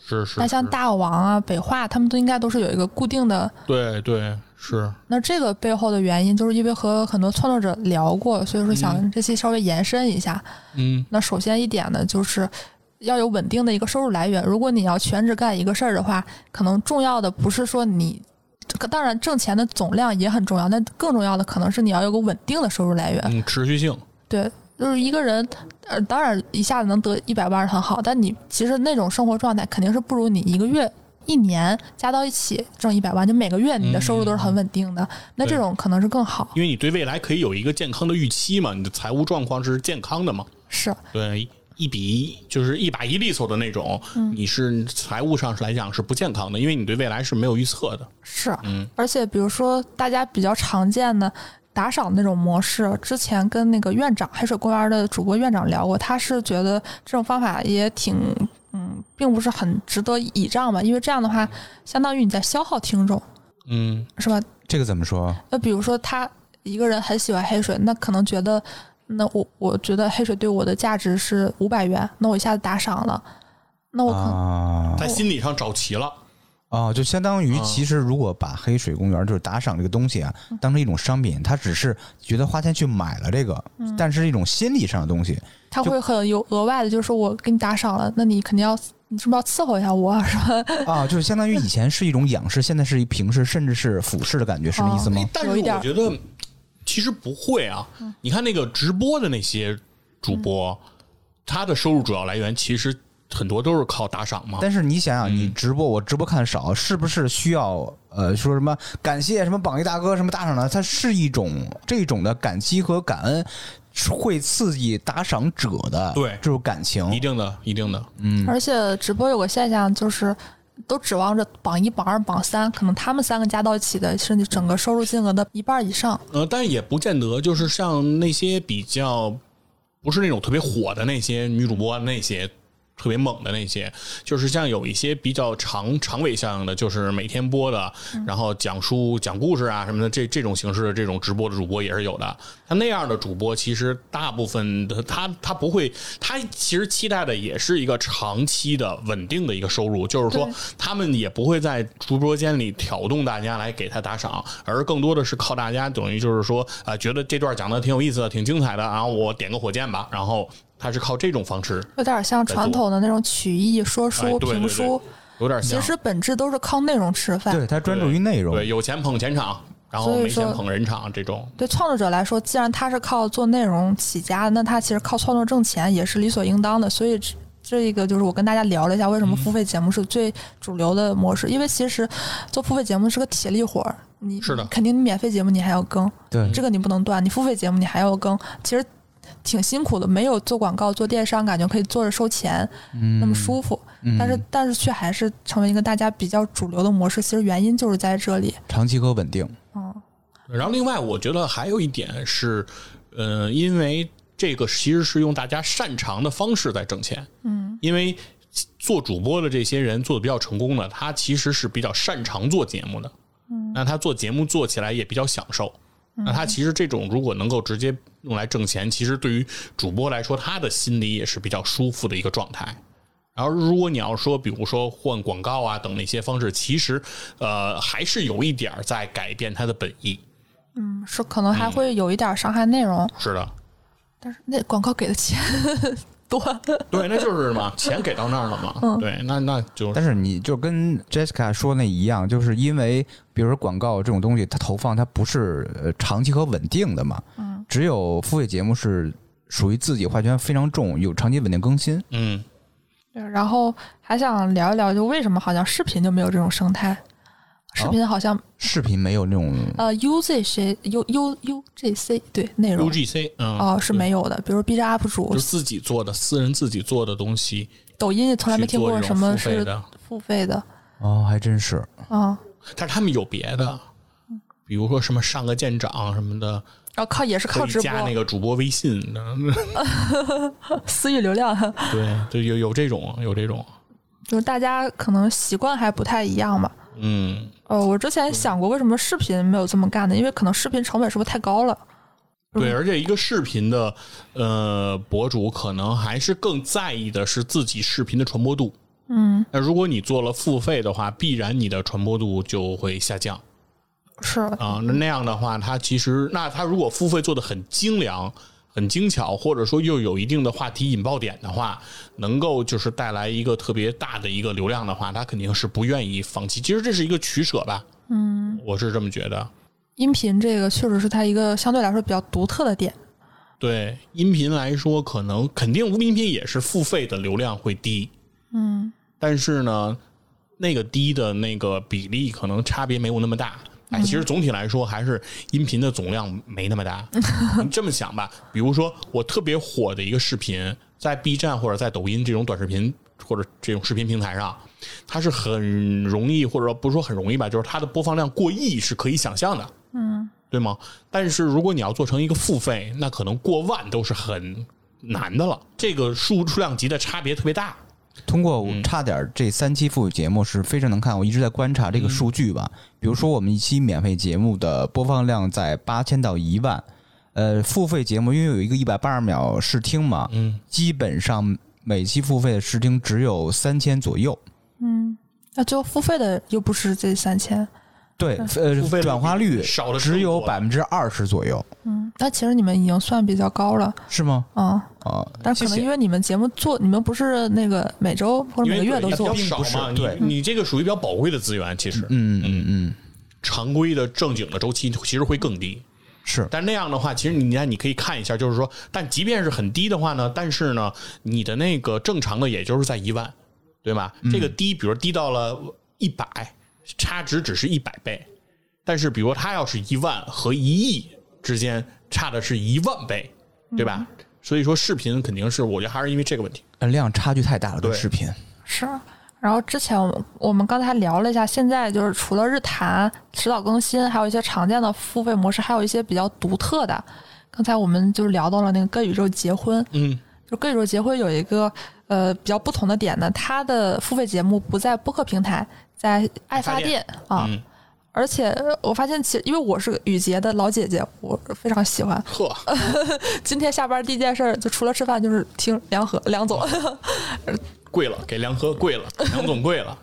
[SPEAKER 2] 是是，
[SPEAKER 1] 那像
[SPEAKER 2] 是
[SPEAKER 1] 大王啊、北化，他们都应该都是有一个固定的。
[SPEAKER 2] 对对是，
[SPEAKER 1] 那这个背后的原因，就是因为和很多创作者聊过，所以说想这期稍微延伸一下。
[SPEAKER 2] 嗯，
[SPEAKER 1] 那首先一点呢，就是要有稳定的一个收入来源。如果你要全职干一个事儿的话，可能重要的不是说你，这个当然挣钱的总量也很重要，但更重要的可能是你要有个稳定的收入来源。
[SPEAKER 2] 嗯，持续性，
[SPEAKER 1] 对，就是一个人，呃，当然一下子能得一百万是很好，但你其实那种生活状态肯定是不如你一个月。一年加到一起挣一百万，就每个月你的收入都是很稳定的，那这种可能是更好。
[SPEAKER 2] 因为你对未来可以有一个健康的预期嘛，你的财务状况是健康的嘛，
[SPEAKER 1] 是，
[SPEAKER 2] 对，一比一就是一把一利索的那种，
[SPEAKER 1] 嗯
[SPEAKER 2] 你是财务上来讲是不健康的，因为你对未来是没有预测的。
[SPEAKER 1] 是，而且比如说大家比较常见的打赏那种模式，之前跟那个院长海水公园的主播院长聊过，他是觉得这种方法也挺。嗯，并不是很值得倚仗吧，因为这样的话，相当于你在消耗听众，
[SPEAKER 2] 嗯，
[SPEAKER 1] 是吧？
[SPEAKER 3] 这个怎么说？
[SPEAKER 1] 那比如说他一个人很喜欢黑水，那可能觉得，那我我觉得黑水对我的价值是五百元，那我一下子打赏了，那我可能、
[SPEAKER 3] 啊
[SPEAKER 1] 哦
[SPEAKER 2] 在心理上找齐了，
[SPEAKER 3] 啊，就相当
[SPEAKER 2] 嗯
[SPEAKER 3] 于其实如果把黑水公园就是打赏这个东西啊，当成一种商品，他只是觉得花钱去买了这个，
[SPEAKER 2] 嗯
[SPEAKER 3] 但是一种心理上的东西。
[SPEAKER 1] 他会很有额外的，就是我给你打赏了，那你肯定要，你是不是要伺候一下我，是吧？
[SPEAKER 3] 啊，就是相当于以前是一种仰视，现在是一平视，甚至是俯视的感觉，是这意思吗？
[SPEAKER 2] 但是
[SPEAKER 1] 有一点
[SPEAKER 2] 我
[SPEAKER 1] 儿嗯
[SPEAKER 2] 觉得其实不会啊。你看那个直播的那些主播，他的收入主要来源其实很多都是靠打赏嘛。
[SPEAKER 3] 但是你想想，你直播我直播看少，是不是需要呃说什么感谢什么榜一大哥什么打赏的？它是一种这种的感激和感恩，是会刺激打赏者的
[SPEAKER 2] 对
[SPEAKER 3] 这种感情
[SPEAKER 2] 一。定的，一定的，
[SPEAKER 1] 而且直播有个现象就是。都指望着榜一、榜二、榜三，可能他们三个加到一起的，甚至整个收入金额的一半以上。
[SPEAKER 2] 呃，但也不见得，就是像那些比较不是那种特别火的那些女主播，啊那些特别猛的那些，就是像有一些比较长长尾项的，就是每天播的，然后讲述讲故事啊什么的，这这种形式的这种直播的主播也是有的。他那样的主播，其实大部分的他他不会，他其实期待的也是一个长期的稳定的一个收入，就是说
[SPEAKER 1] 对
[SPEAKER 2] 他们也不会在直播间里挑动大家来给他打赏，而更多的是靠大家等于就是说啊、觉得这段讲的挺有意思的，挺精彩的，然后我点个火箭吧，然后他是靠这种方式，
[SPEAKER 1] 有点像传统的那种曲艺、说
[SPEAKER 2] 哎
[SPEAKER 1] 书、
[SPEAKER 2] 对对
[SPEAKER 1] 评
[SPEAKER 2] 对
[SPEAKER 1] 书，
[SPEAKER 2] 有点像
[SPEAKER 1] 其实本质都是靠内容吃饭。
[SPEAKER 3] 对，它专注于内容。
[SPEAKER 2] 对有钱捧钱场。然后
[SPEAKER 1] 所以
[SPEAKER 2] 没钱
[SPEAKER 1] 说
[SPEAKER 2] 捧人场这种，
[SPEAKER 1] 对创作者来说，既然他是靠做内容起家的，那他其实靠创作挣钱也是理所应当的。所以这这一个就是我跟大家聊了一下，为什
[SPEAKER 3] 嗯
[SPEAKER 1] 么付费节目是最主流的模式，因为其实做付费节目是个体力活儿，你
[SPEAKER 2] 是的
[SPEAKER 1] 肯定免费节目你还要更，
[SPEAKER 3] 对
[SPEAKER 1] 这个你不能断，你付费节目你还要更，其实挺辛苦的。没有做广告、做电商，感觉可以坐着收钱，
[SPEAKER 3] 嗯
[SPEAKER 1] 那么舒服，
[SPEAKER 3] 嗯
[SPEAKER 1] 但是但是却还是成为一个大家比较主流的模式。其实原因就是在这里，
[SPEAKER 3] 长期和稳定，
[SPEAKER 1] 嗯，
[SPEAKER 2] 然后另外我觉得还有一点是，呃，因为这个其实是用大家擅长的方式在挣钱，嗯，因为做主播的这些人做的比较成功的，他其实是比较擅长做节目的，嗯，那他做节目做起来也比较享受。那他其实这种如果能够直接用来挣钱，其实对于主播来说，他的心里也是比较舒服的一个状态。然后，如果你要说，比如说换广告啊等那些方式，其实呃还是有一点儿在改变它的本意。
[SPEAKER 1] 嗯是可能
[SPEAKER 3] 嗯
[SPEAKER 1] 还会有一点伤害内容。
[SPEAKER 2] 是的，
[SPEAKER 1] 但是那广告给的钱 多，
[SPEAKER 2] 对，那就是 嘛，钱给到那儿了嘛。
[SPEAKER 1] 嗯
[SPEAKER 2] 对，那那就
[SPEAKER 3] 但是你就跟 Jessica 说那一样，就是因为比如说广告这种东西，它投放它不是呃长期和稳定的嘛，嗯，只有付费节目是属于自己话语权非常重，有长期稳定更新。
[SPEAKER 2] 嗯，
[SPEAKER 1] 对然后还想聊一聊，就为什么好像视频就没有这种生态？
[SPEAKER 2] 哦
[SPEAKER 1] 视频好像、
[SPEAKER 3] 视频没有那种
[SPEAKER 1] 呃 UZC U U UGC 对内容
[SPEAKER 2] UGC 嗯
[SPEAKER 1] 哦是没有的，比如 B 站 UP 主
[SPEAKER 2] 就、自己做的私人自己做的东西，
[SPEAKER 1] 抖音也从来没听过
[SPEAKER 2] 去做这
[SPEAKER 1] 什
[SPEAKER 2] 种
[SPEAKER 1] 么
[SPEAKER 2] 付费
[SPEAKER 1] 是
[SPEAKER 2] 的
[SPEAKER 1] 付费的
[SPEAKER 3] 哦，还真是
[SPEAKER 1] 啊，
[SPEAKER 2] 但是他们有别的，
[SPEAKER 1] 嗯
[SPEAKER 2] 比如说什么上个舰长什么的，
[SPEAKER 1] 然后哦靠也是靠
[SPEAKER 2] 可以
[SPEAKER 1] 直
[SPEAKER 2] 加那
[SPEAKER 1] 播
[SPEAKER 2] 个主播微信，嗯
[SPEAKER 1] 私域流量，
[SPEAKER 2] 对，就有有这种有这种，
[SPEAKER 1] 就是大家可能习惯还不太一样嘛。
[SPEAKER 2] 嗯，
[SPEAKER 1] 呃，我之前想过为什么视频没有这么干的，因为可能视频成本是不是太高了？
[SPEAKER 2] 对，
[SPEAKER 1] 嗯
[SPEAKER 2] 而且一个视频的呃博主可能还是更在意的是自己视频的传播度。嗯，那如果你做了付费的话，必然你的传播度就会下降。
[SPEAKER 1] 是
[SPEAKER 2] 啊，那那样的话，它其实那它如果付费做的很精良、很精巧，或者说又有一定的话题引爆点的话，能够就是带来一个特别大的一个流量的话，他肯定是不愿意放弃。其实这是一个取舍吧，嗯，我是这么觉得。
[SPEAKER 1] 音频这个确实是它一个相对来说比较独特的点。
[SPEAKER 2] 对音频来说，可能肯定无音频也是付费的流量会低，
[SPEAKER 1] 嗯，
[SPEAKER 2] 但是呢，那个低的那个比例可能差别没有那么大。哎，其实总体来说还是音频的总量没那么大。你这么想吧，比如说我特别火的一个视频，在 B 站或者在抖音这种短视频或者这种视频平台上，它是很容易，或者说不是说很容易吧，就是它的播放量过亿是可以想象的，嗯，对吗？但是如果你要做成一个付费，那可能过万都是很难的了。这个数数量级的差别特别大，
[SPEAKER 3] 通过我差点这三期付费节目是非常能看，我一直在观察这个数据吧。比如说我们一期免费节目的播放量在八千到一万，呃，付费节目因为有一个一百八十秒试听嘛，
[SPEAKER 2] 嗯，
[SPEAKER 3] 基本上每期付费的试听只有三千左右。
[SPEAKER 1] 那最后付费的又不是这三千，
[SPEAKER 3] 对，
[SPEAKER 1] 嗯
[SPEAKER 2] 付费
[SPEAKER 3] 呃，
[SPEAKER 2] 率
[SPEAKER 3] 转化率
[SPEAKER 2] 少得
[SPEAKER 3] 只有
[SPEAKER 2] 更多
[SPEAKER 3] 百分之二十左右，
[SPEAKER 1] 嗯，那其实你们已经算比较高了，
[SPEAKER 3] 是吗？
[SPEAKER 1] 嗯，
[SPEAKER 3] 啊，
[SPEAKER 1] 但是可
[SPEAKER 3] 谢
[SPEAKER 1] 能
[SPEAKER 3] 谢
[SPEAKER 1] 因为你们节目做，你们不是那个每周或者
[SPEAKER 2] 因
[SPEAKER 1] 每个
[SPEAKER 2] 为
[SPEAKER 1] 月
[SPEAKER 2] 对
[SPEAKER 1] 都
[SPEAKER 2] 你
[SPEAKER 1] 做
[SPEAKER 2] 比，较
[SPEAKER 3] 并
[SPEAKER 2] 少嘛，
[SPEAKER 3] 不是对
[SPEAKER 2] 你你这个属于比较宝贵的资源，其实，
[SPEAKER 3] 嗯嗯嗯，
[SPEAKER 2] 常规的正经的周期其实会更低。
[SPEAKER 3] 是
[SPEAKER 2] 但那样的话，其实你看，你可以看一下，就是说，但即便是很低的话呢，但是呢，你的那个正常的也就是在一万，对吧？这个低，比如低到了一百，差值只是一百倍，但是比如它要是一万和一亿之间差的是一万倍，对吧？所以说，视频肯定是，我觉得还是因为这个问题。
[SPEAKER 3] 呃量差距太大了，跟
[SPEAKER 2] 对
[SPEAKER 3] 视频
[SPEAKER 1] 是。然后之前我们我们刚才聊了一下，现在就是除了日坛迟早更新，还有一些常见的付费模式，还有一些比较独特的。刚才我们就聊到了那个跟宇宙结婚，
[SPEAKER 2] 嗯，
[SPEAKER 1] 就跟宇宙结婚有一个呃比较不同的点呢，它的付费节目不在播客平台，在爱
[SPEAKER 2] 发
[SPEAKER 1] 发
[SPEAKER 2] 电
[SPEAKER 1] 电啊。
[SPEAKER 2] 嗯
[SPEAKER 1] 而且呃我发现其，实因为我是个雨洁的老姐姐，我非常喜欢。
[SPEAKER 2] 呵，
[SPEAKER 1] 今天下班第一件事儿，就除了吃饭就是听梁和梁总，
[SPEAKER 2] 贵了，给梁哥贵 了，梁总贵了。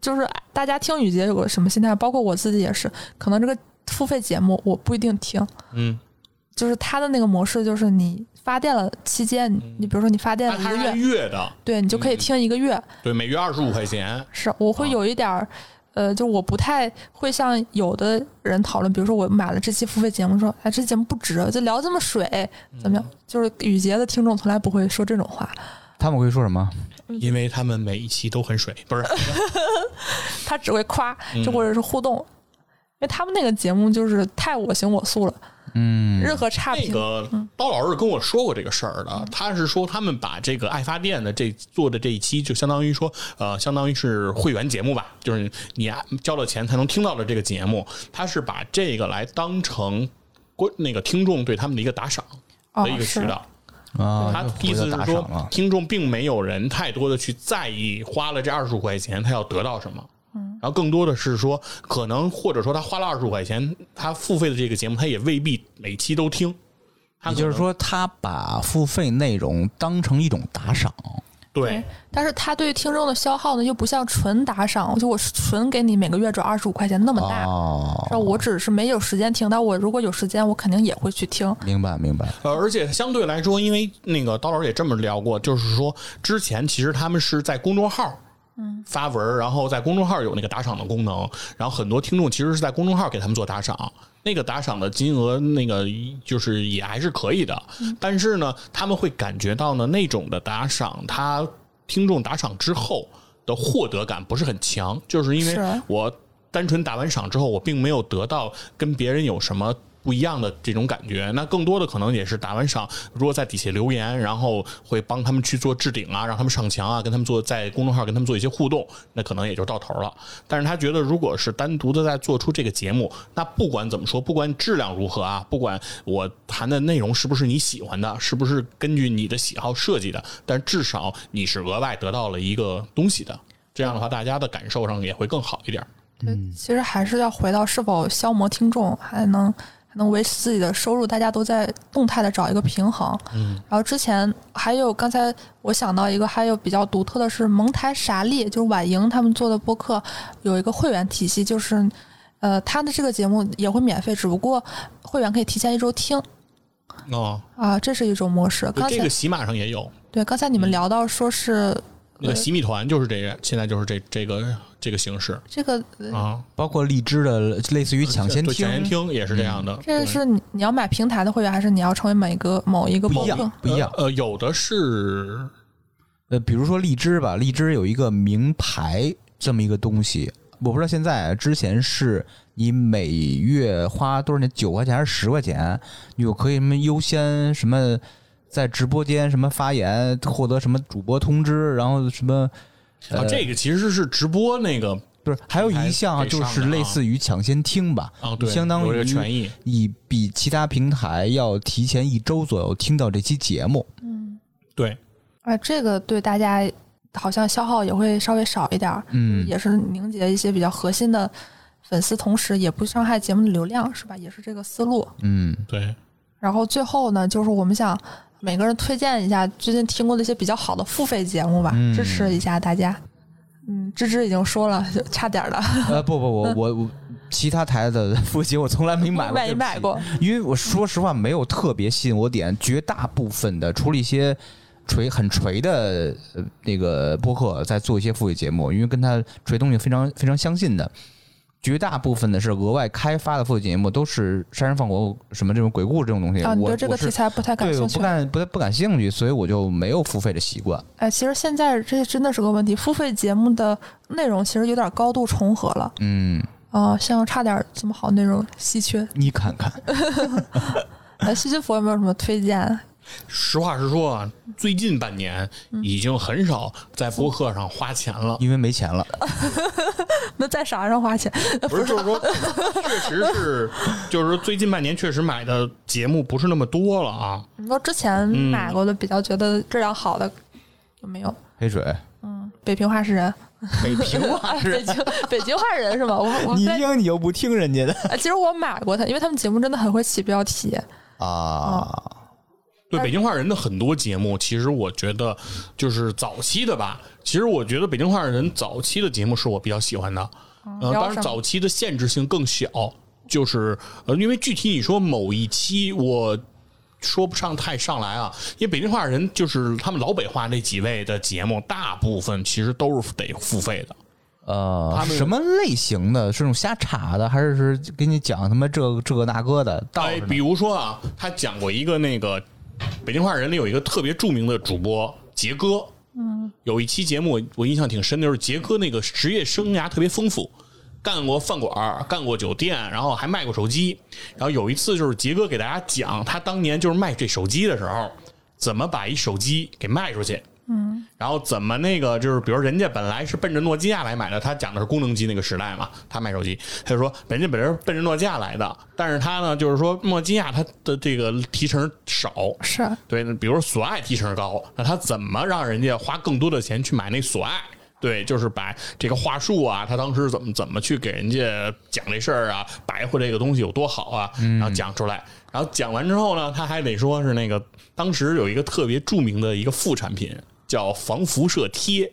[SPEAKER 1] 就是大家听雨洁有个什么心态，包括我自己也是，可能这个付费节目我不一定听，
[SPEAKER 2] 嗯，
[SPEAKER 1] 就是它的那个模式，就是你发电了期间，你你比如说你发电
[SPEAKER 2] 那
[SPEAKER 1] 了一
[SPEAKER 2] 它
[SPEAKER 1] 个月
[SPEAKER 2] 是按，月的，
[SPEAKER 1] 对你就可以听一个月，
[SPEAKER 2] 对，每月二十五块钱。
[SPEAKER 3] 啊
[SPEAKER 1] 是我会有一点儿呃，就我不太会像有的人讨论，比如说我买了这期付费节目，说哎，这节目不值，就聊这么水，怎么
[SPEAKER 3] 嗯
[SPEAKER 1] 样？就是雨杰的听众从来不会说这种话，
[SPEAKER 3] 他们会说什么？
[SPEAKER 2] 因为他们每一期都很水，不是？
[SPEAKER 1] 他只会夸，
[SPEAKER 3] 嗯
[SPEAKER 1] 就或者是互动，因为他们那个节目就是太我行我素了，
[SPEAKER 3] 嗯，
[SPEAKER 1] 任何差
[SPEAKER 2] 那
[SPEAKER 1] 评，
[SPEAKER 2] 个包老师跟我说过这个事儿
[SPEAKER 1] 嗯
[SPEAKER 2] 的，他是说他们把这个爱发电的这做的这一期，就相当于说，呃，相当于是会员节目吧，就是你啊交了钱才能听到的这个节目，他是把这个来当成观那个听众对他们的一个打赏
[SPEAKER 1] 哦
[SPEAKER 2] 的一个渠
[SPEAKER 1] 是
[SPEAKER 2] 道。
[SPEAKER 3] 啊，
[SPEAKER 2] 他
[SPEAKER 3] 又回
[SPEAKER 2] 意
[SPEAKER 3] 到
[SPEAKER 2] 思
[SPEAKER 3] 打
[SPEAKER 2] 是
[SPEAKER 3] 赏
[SPEAKER 2] 说
[SPEAKER 3] 了，，
[SPEAKER 2] 听众并没有人太多的去在意花了这二十五块钱他要得到什么。然后更多的是说，可能或者说他花了二十五块钱，他付费的这个节目，他也未必每期都听。他
[SPEAKER 3] 也
[SPEAKER 2] 可
[SPEAKER 3] 就是
[SPEAKER 2] 能，
[SPEAKER 3] 说，他把付费内容当成一种打赏，
[SPEAKER 2] 对，
[SPEAKER 1] 但是他对听众的消耗呢，又不像纯打赏，就我纯给你每个月转二十五块钱那么大，
[SPEAKER 3] 哦，
[SPEAKER 1] 那我只是没有时间听，但我如果有时间，我肯定也会去听。
[SPEAKER 3] 明白明白，
[SPEAKER 2] 呃，而且相对来说，因为那个刀老师也这么聊过，就是说之前其实他们是在公众号。嗯，发文儿，然后在公众号有那个打赏的功能，然后很多听众其实是在公众号给他们做打赏，那个打赏的金额，那个就是也还是可以的，但是呢，他们会感觉到呢那种的打赏，他听众打赏之后的获得感不是很强，就是因为
[SPEAKER 1] 是
[SPEAKER 2] 我单纯打完赏之后，我并没有得到跟别人有什么。不一样的这种感觉，那更多的可能也是打完赏，如果在底下留言，然后会帮他们去做置顶啊，让他们上墙啊，跟他们做在公众号跟他们做一些互动，那可能也就到头了。但是他觉得，如果是单独的在做出这个节目，那不管怎么说，不管质量如何啊，不管我谈的内容是不是你喜欢的，是不是根据你的喜好设计的，但至少你是额外得到了一个东西的。这样的话，大家的感受上也会更好一点。
[SPEAKER 1] 其实还是要回到是否消磨听众，还能还能维持自己的收入，大家都在动态的找一个平衡。嗯，然后之前还有刚才我想到一个，还有比较独特的是蒙台傻利，就是婉莹他们做的播客有一个会员体系，就是呃，他的这个节目也会免费，只不过会员可以提前一周听
[SPEAKER 2] 哦，
[SPEAKER 1] 啊，这是一种模式。刚才、
[SPEAKER 2] 这个喜马上也有，
[SPEAKER 1] 对刚才你们聊到说是嗯
[SPEAKER 2] 那个洗米团就是这个，现在就是这这个这个形式
[SPEAKER 1] 这个呃
[SPEAKER 3] 嗯
[SPEAKER 2] 啊。
[SPEAKER 3] 包括荔枝的类似于抢先
[SPEAKER 2] 对
[SPEAKER 3] 听
[SPEAKER 2] 抢，先听也是这样的，
[SPEAKER 1] 嗯这是你你要买平台的会员，还是你要成为每个某一个
[SPEAKER 3] 不
[SPEAKER 1] 博
[SPEAKER 3] 一
[SPEAKER 1] 客
[SPEAKER 3] 样？不一样。
[SPEAKER 2] 呃，有的是啊
[SPEAKER 3] 呃，比如说荔枝吧，荔枝有一个名牌这么一个东西，我不知道现在啊之前是你每月花多少钱，九块钱还是十块钱，你就可以什么优先什么在直播间什么发言，获得什么主播通知，然后什么
[SPEAKER 2] 啊，这个其实是直播那个
[SPEAKER 3] 不是还有一项啊
[SPEAKER 2] 平台
[SPEAKER 3] 就
[SPEAKER 2] 得上
[SPEAKER 3] 是
[SPEAKER 2] 的啊
[SPEAKER 3] 类似于抢先听吧，
[SPEAKER 2] 啊，对，
[SPEAKER 3] 相当
[SPEAKER 2] 有这个
[SPEAKER 3] 于
[SPEAKER 2] 权益。
[SPEAKER 3] 你比其他平台要提前一周左右听到这期节目，
[SPEAKER 2] 对，
[SPEAKER 1] 哎，这个对大家好像消耗也会稍微少一点儿，
[SPEAKER 3] 嗯
[SPEAKER 1] 也是凝结一些比较核心的粉丝，同时也不伤害节目的流量，是吧？也是这个思路。
[SPEAKER 3] 嗯，
[SPEAKER 2] 对，
[SPEAKER 1] 然后最后呢，就是我们想每个人推荐一下最近听过的一些比较好的付费节目吧，
[SPEAKER 3] 嗯
[SPEAKER 1] 支持一下大家。嗯，芝芝已经说了，就差点儿了，
[SPEAKER 3] 呃，不不，我我我其他台的复习我从来没买 过，
[SPEAKER 1] 没
[SPEAKER 3] 对不
[SPEAKER 1] 买
[SPEAKER 3] 起
[SPEAKER 1] 过，
[SPEAKER 3] 因为我说实话没有特别吸引我点，绝大部分的除了一些锤很锤的呃那个播客在做一些付费节目，因为跟他锤东西非常非常相近的，绝大部分的是额外开发的付费节目，都是杀人放火什么这种鬼故事这种东西。
[SPEAKER 1] 啊，你
[SPEAKER 3] 我
[SPEAKER 1] 对这
[SPEAKER 3] 我
[SPEAKER 1] 个
[SPEAKER 3] 是
[SPEAKER 1] 题材不太感
[SPEAKER 3] 对，
[SPEAKER 1] 兴
[SPEAKER 3] 我不
[SPEAKER 1] 趣。
[SPEAKER 3] 感不太不感兴趣，所以我就没有付费的习惯。
[SPEAKER 1] 哎，其实现在这真的是个问题，付费节目的内容其实有点高度重合了。
[SPEAKER 3] 嗯，
[SPEAKER 1] 啊、像差点儿这么好内容稀缺。
[SPEAKER 3] 你看看，
[SPEAKER 1] 哎，西西弗有没有什么推荐？啊
[SPEAKER 2] 实话实说啊，最近半年
[SPEAKER 1] 嗯
[SPEAKER 2] 已经很少在播客上花钱了。
[SPEAKER 3] 因为没钱 了，
[SPEAKER 1] 那在啥上花钱？
[SPEAKER 2] 不 是，就是说，确实是，就是说，最近半年确实买的节目不是那么多了啊。
[SPEAKER 1] 你说之前买过的比较觉得质量好的有没有？
[SPEAKER 3] 黑水，
[SPEAKER 1] 北平话事人，哎
[SPEAKER 3] 北平 话
[SPEAKER 1] 北京北京话人是吧？我我
[SPEAKER 3] 你
[SPEAKER 1] 在
[SPEAKER 3] 听你又不听人家的
[SPEAKER 1] 哎其实我买过它，因为他们节目真的很会起标题。
[SPEAKER 3] 啊。
[SPEAKER 2] 对
[SPEAKER 1] 呃
[SPEAKER 2] 北京话人的很多节目，其实我觉得就是早期的吧。其实我觉得北京话人早期的节目是我比较喜欢的，呃，
[SPEAKER 1] 哦聊
[SPEAKER 2] 当
[SPEAKER 1] 什
[SPEAKER 2] 然
[SPEAKER 1] 么
[SPEAKER 2] 早期的限制性更小，就是呃，因为具体你说某一期我。说不上太上来啊，因为北京话人就是他们老北话那几位的节目，大部分其实都是得付费的。
[SPEAKER 3] 呃
[SPEAKER 2] 他，们
[SPEAKER 3] 什么类型的？是那种瞎查的，还是是给你讲他妈这个这个那个的道
[SPEAKER 2] 哎，
[SPEAKER 3] 士呢？
[SPEAKER 2] 比如说啊，他讲过一个那个北京话人里有一个特别著名的主播杰哥，嗯，有一期节目我印象挺深的，就是杰哥那个职业生涯特别丰富，干过饭馆儿，干过酒店，然后还卖过手机。然后有一次就是杰哥给大家讲他当年就是卖这手机的时候，怎么把一手机给卖出去。嗯，然后怎么那个就是，比如人家本来是奔着诺基亚来买的，他讲的是功能机那个时代嘛，他卖手机，他就说人家本来是奔着诺基亚来的，但是他呢就是说诺基亚它的这个提成少，
[SPEAKER 1] 是
[SPEAKER 2] 对，那比如说索爱提成高，那他怎么让人家花更多的钱去买那索爱？对，就是把这个话术啊，他当时怎么怎么去给人家讲这事儿啊，白话这个东西有多好啊，然
[SPEAKER 3] 嗯
[SPEAKER 2] 后讲出来，然后讲完之后呢，他还得说是那个当时有一个特别著名的一个副产品叫防辐射贴，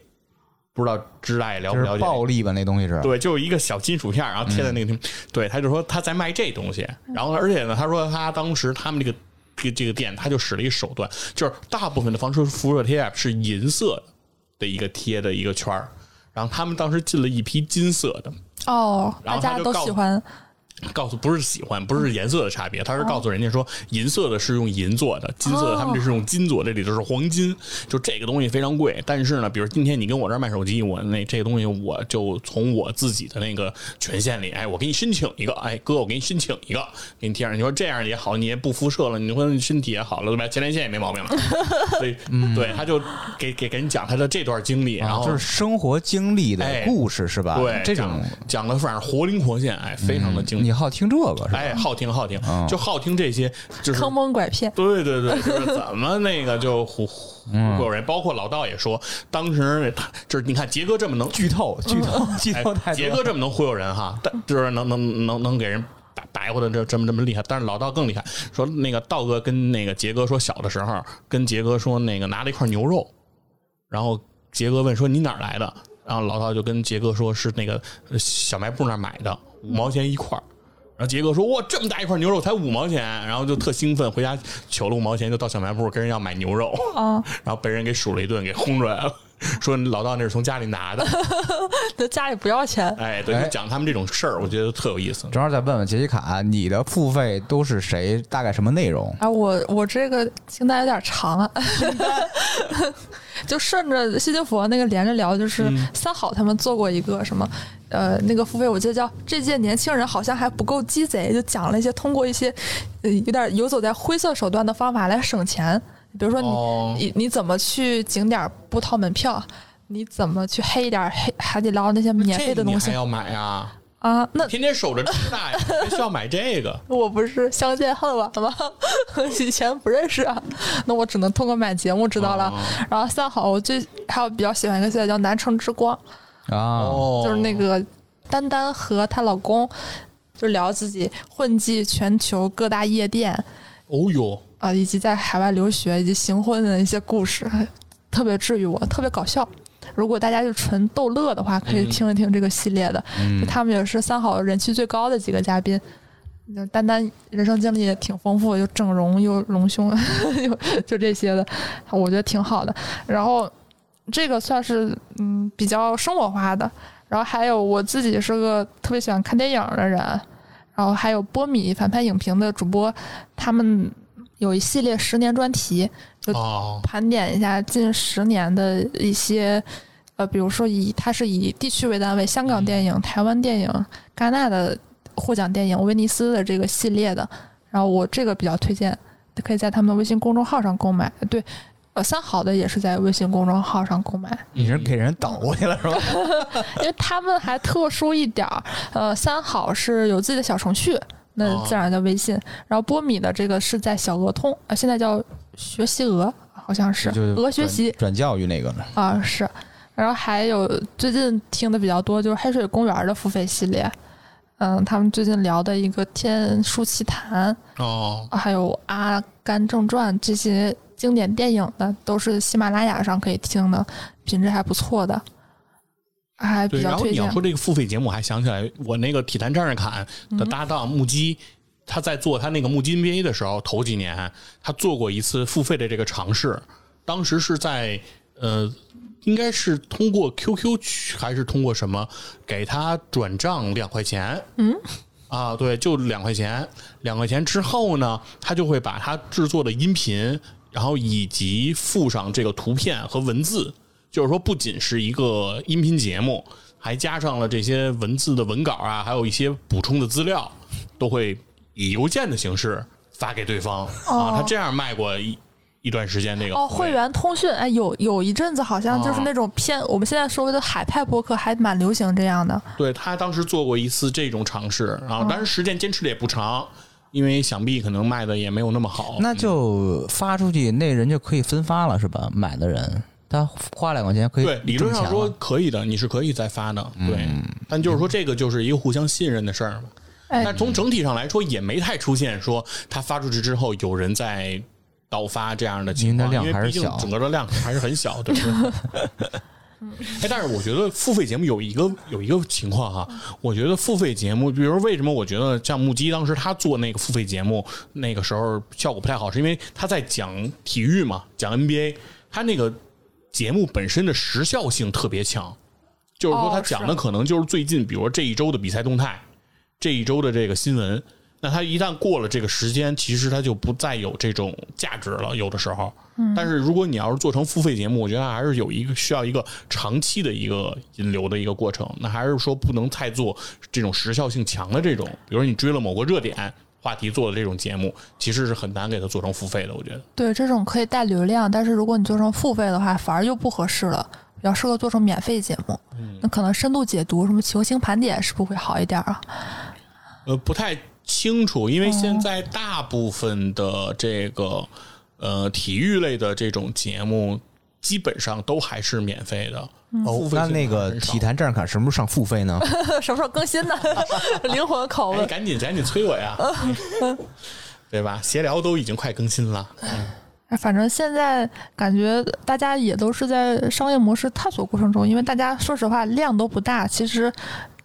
[SPEAKER 2] 不知道知大爷了
[SPEAKER 3] 就
[SPEAKER 2] 不了
[SPEAKER 3] 是
[SPEAKER 2] 解？
[SPEAKER 3] 暴力吧，那嗯东西是。啊
[SPEAKER 2] 对，就是一个小金属片儿，然后贴在那个地方。对，他就说他在卖这东西，然后而且呢，他说他当时他们这个这个这个店，他就使了一手段，就是大部分的防射辐射贴啊是银色的一个贴的一个圈儿，然后他们当时进了一批金色的，
[SPEAKER 1] 哦，
[SPEAKER 2] 然
[SPEAKER 1] 大
[SPEAKER 2] 后
[SPEAKER 1] 家
[SPEAKER 2] 他就
[SPEAKER 1] 都
[SPEAKER 2] 告
[SPEAKER 1] 喜欢
[SPEAKER 2] 告诉不是喜欢，不是颜色的差别，他
[SPEAKER 3] 哦
[SPEAKER 2] 是告诉人家说，银色的是用银做的，金色的
[SPEAKER 1] 哦
[SPEAKER 2] 他们这是用金做的，这里头是黄金，就这个东西非常贵。但是呢，比如今天你跟我这儿卖手机，我那这个东西我就从我自己的那个权限里，哎，我给你申请一个，哎哥，我给你申请一个，给你贴上。你说这样也好，你也不辐射了，你说你身体也好了，对吧？前列腺也没毛 病了，对，对，他就给给给你讲他的这段经历，
[SPEAKER 3] 啊，
[SPEAKER 2] 然后
[SPEAKER 3] 就是生活经历的
[SPEAKER 2] 哎
[SPEAKER 3] 故事是吧？嗯
[SPEAKER 2] 对
[SPEAKER 3] 这
[SPEAKER 2] 讲
[SPEAKER 3] 种
[SPEAKER 2] 讲的反正活灵活现，哎，非常的精
[SPEAKER 3] 你好听这个是吧？
[SPEAKER 2] 哎，好听好听，就好听这些，就是
[SPEAKER 1] 坑蒙拐骗，
[SPEAKER 2] 对对对，就是 怎么那个就唬唬过人，包括老道也说，当时他就是你看杰哥这么能，
[SPEAKER 3] 剧透， 剧透，剧透
[SPEAKER 2] 哎，
[SPEAKER 3] 太
[SPEAKER 2] 杰
[SPEAKER 3] 多
[SPEAKER 2] 哥
[SPEAKER 3] 了。
[SPEAKER 2] 这么能忽悠人哈，但就是能能能能给人。白白活的这这么这么厉害，但是老道更厉害。说那个道哥跟那个杰哥说，小的时候跟杰哥说那个拿了一块牛肉，然后杰哥问说你哪儿来的？然后老道就跟杰哥说是那个呃小卖部那儿买的，五毛钱一块儿。然后杰哥说：“哇，这么大一块牛肉才五毛钱！”然后就特兴奋，回家取了五毛钱，就到小卖部跟人要买牛肉，
[SPEAKER 3] 哦
[SPEAKER 1] 啊，
[SPEAKER 2] 然后被人给数了一顿，给轰出来了。说老道那是从家里拿的，
[SPEAKER 1] 这家里不要钱，
[SPEAKER 2] 哎，对，
[SPEAKER 3] 哎
[SPEAKER 2] 就讲他们这种事儿，我觉得特有意思。
[SPEAKER 3] 正好再问问杰西卡，你的付费都是谁？大概什么内容？
[SPEAKER 1] 啊，我我这个清单有点长啊， 就顺着西金佛那个连着聊，就是
[SPEAKER 2] 嗯
[SPEAKER 1] 三好他们做过一个什么，呃，那个付费我记得叫这届年轻人好像还不够鸡贼，就讲了一些通过一些，呃，有点游走在灰色手段的方法来省钱，比如说你、
[SPEAKER 2] 哦
[SPEAKER 1] 你你怎么去景点不掏门票。你怎么去黑一点黑海底捞那些免费
[SPEAKER 2] 这
[SPEAKER 1] 的
[SPEAKER 2] 你
[SPEAKER 1] 东
[SPEAKER 2] 还
[SPEAKER 1] 西
[SPEAKER 2] 要买啊？
[SPEAKER 1] 啊？那
[SPEAKER 2] 天天守着吃大爷，还需要买这个？
[SPEAKER 1] 我不是相见恨晚吗？ 以前不认识啊，那我只能通过买节目知道了。
[SPEAKER 2] 哦
[SPEAKER 1] 然后三好，我最还有比较喜欢一个系列叫《南城之光》，
[SPEAKER 3] 啊，
[SPEAKER 2] 哦，
[SPEAKER 1] 就是那个丹丹和她老公就聊自己混迹全球各大夜店
[SPEAKER 2] 哦呦，
[SPEAKER 1] 啊、以及在海外留学以及行婚的一些故事， 特别治愈我，特别搞笑。如果大家就纯逗乐的话，可以
[SPEAKER 2] 嗯
[SPEAKER 1] 听一听这个系列的。就
[SPEAKER 3] 嗯
[SPEAKER 1] 他们也是三好人气最高的几个嘉宾。就丹丹人生经历也挺丰富，又整容又隆胸， 又就这些的，我觉得挺好的。然后这个算是嗯比较生活化的。然后还有我自己是个特别喜欢看电影的人，然后还有波米反派影评的主播，他们有一系列十年专题，
[SPEAKER 2] 哦，
[SPEAKER 1] 盘点一下近十年的一些，呃，比如说以它是以地区为单位，香港
[SPEAKER 3] 嗯
[SPEAKER 1] 电影、台湾电影、戛纳的获奖电影、威尼斯的这个系列的，然后我这个比较推荐，可以在他们微信公众号上购买。对，呃，三好的也是在微信公众号上购买，
[SPEAKER 3] 你是给人倒过去了是吧？
[SPEAKER 1] 因为他们还特殊一点儿，呃，三好是有自己的小程序。那
[SPEAKER 2] 哦
[SPEAKER 1] 自然叫微信，然后波米的这个是在小鹅通，啊，现在叫学习鹅，好像是
[SPEAKER 3] 就是
[SPEAKER 1] 鹅学习，
[SPEAKER 3] 转教育那个
[SPEAKER 1] 啊，是。然后还有最近听的比较多就是黑水公园的付费系列，嗯，他们最近聊的一个《天书奇谭》，
[SPEAKER 2] 哦，
[SPEAKER 1] 还有《阿甘正传》这些经典电影的，都是喜马拉雅上可以听的，品质还不错的，还
[SPEAKER 2] 对，
[SPEAKER 1] 比
[SPEAKER 2] 然
[SPEAKER 1] 较
[SPEAKER 2] 后
[SPEAKER 1] 推
[SPEAKER 2] 你要
[SPEAKER 1] 荐
[SPEAKER 2] 说这个付费节目，我还想起来我那个体坛战士侃
[SPEAKER 1] 嗯
[SPEAKER 2] 的搭档木鸡，他在做他那个木鸡 NBA 的时候，头几年他做过一次付费的这个尝试，当时是在呃，应该是通过 QQ 去还是通过什么给他转账两块钱？嗯，啊，对，就两块钱，两块钱之后呢，他就会把他制作的音频，然后以及附上这个图片和文字，就是说不仅是一个音频节目，还加上了这些文字的文稿啊，还有一些补充的资料，都会以邮件的形式发给对方、
[SPEAKER 1] 哦
[SPEAKER 2] 啊。他这样卖过一一段时间那个
[SPEAKER 1] 哦，
[SPEAKER 2] 红
[SPEAKER 1] 会
[SPEAKER 2] 利
[SPEAKER 1] 员通讯，哎，有有一阵子好像就是
[SPEAKER 2] 哦
[SPEAKER 1] 那种偏、我们现在说的海派博客，还蛮流行这样的。
[SPEAKER 2] 对他当时做过一次这种尝试，然后
[SPEAKER 1] 哦
[SPEAKER 2] 当时时间坚持的也不长，因为想必可能卖的也没有那么好。
[SPEAKER 3] 那就发出去，那人就可以分发了，是吧？买的人他花两块钱可以
[SPEAKER 2] 对，理论上
[SPEAKER 3] 挣钱
[SPEAKER 2] 说
[SPEAKER 3] 了嗯
[SPEAKER 2] 可以的，你是可以再发的，对。但就是说，这个就是一个互相信任的事儿嘛。
[SPEAKER 1] 哎
[SPEAKER 2] 但从整体上来说，也没太出现说他发出去之后有人在倒发这样的情况，
[SPEAKER 3] 因为那量
[SPEAKER 2] 因
[SPEAKER 3] 还
[SPEAKER 2] 为
[SPEAKER 3] 是
[SPEAKER 2] 毕竟
[SPEAKER 3] 小
[SPEAKER 2] 整个的量还是很小，对不对？哎，但是我觉得付费节目有一个有一个情况哈、我觉得付费节目，比如为什么我觉得像木鸡当时他做那个付费节目，那个时候效果不太好，是因为他在讲体育嘛，讲 NBA，他那个节目本身的时效性特别强，就是
[SPEAKER 1] 哦
[SPEAKER 2] 说他讲
[SPEAKER 1] 是
[SPEAKER 2] 的可能就是最近，比如说这一周的比赛动态，这一周的这个新闻。那他一旦过了这个时间，其实他就不再有这种价值了。有的时候，
[SPEAKER 1] 嗯
[SPEAKER 2] 但是如果你要是做成付费节目，我觉得还是有一个需要一个长期的一个引流的一个过程。那还是说不能太做这种时效性强的这种，比如说你追了某个热点话题做的这种节目，其实是很难给它做成付费的。我觉得，
[SPEAKER 1] 对，这种可以带流量，但是如果你做成付费的话，反而又不合适了，比较适合做成免费节目。那可能深度解读、什么球星盘点是不是会好一点啊？
[SPEAKER 2] 呃，不太清楚，因为现在大部分的这个呃体育类的这种节目，基本上都还是免费的。
[SPEAKER 3] 哦
[SPEAKER 2] 付，费
[SPEAKER 3] 那
[SPEAKER 2] 节目
[SPEAKER 3] 那个
[SPEAKER 2] 很少
[SPEAKER 3] 体坛战士卡什么时候上付 费呢？
[SPEAKER 1] 什么时候更新呢？ 灵魂拷
[SPEAKER 2] 哎，
[SPEAKER 1] 问。
[SPEAKER 2] 赶紧赶紧催我呀，
[SPEAKER 1] 呃
[SPEAKER 2] 对吧？闲聊都已经快更新了，
[SPEAKER 1] 哎反正现在感觉大家也都是在商业模式探索过程中，因为大家说实话量都不大。其实，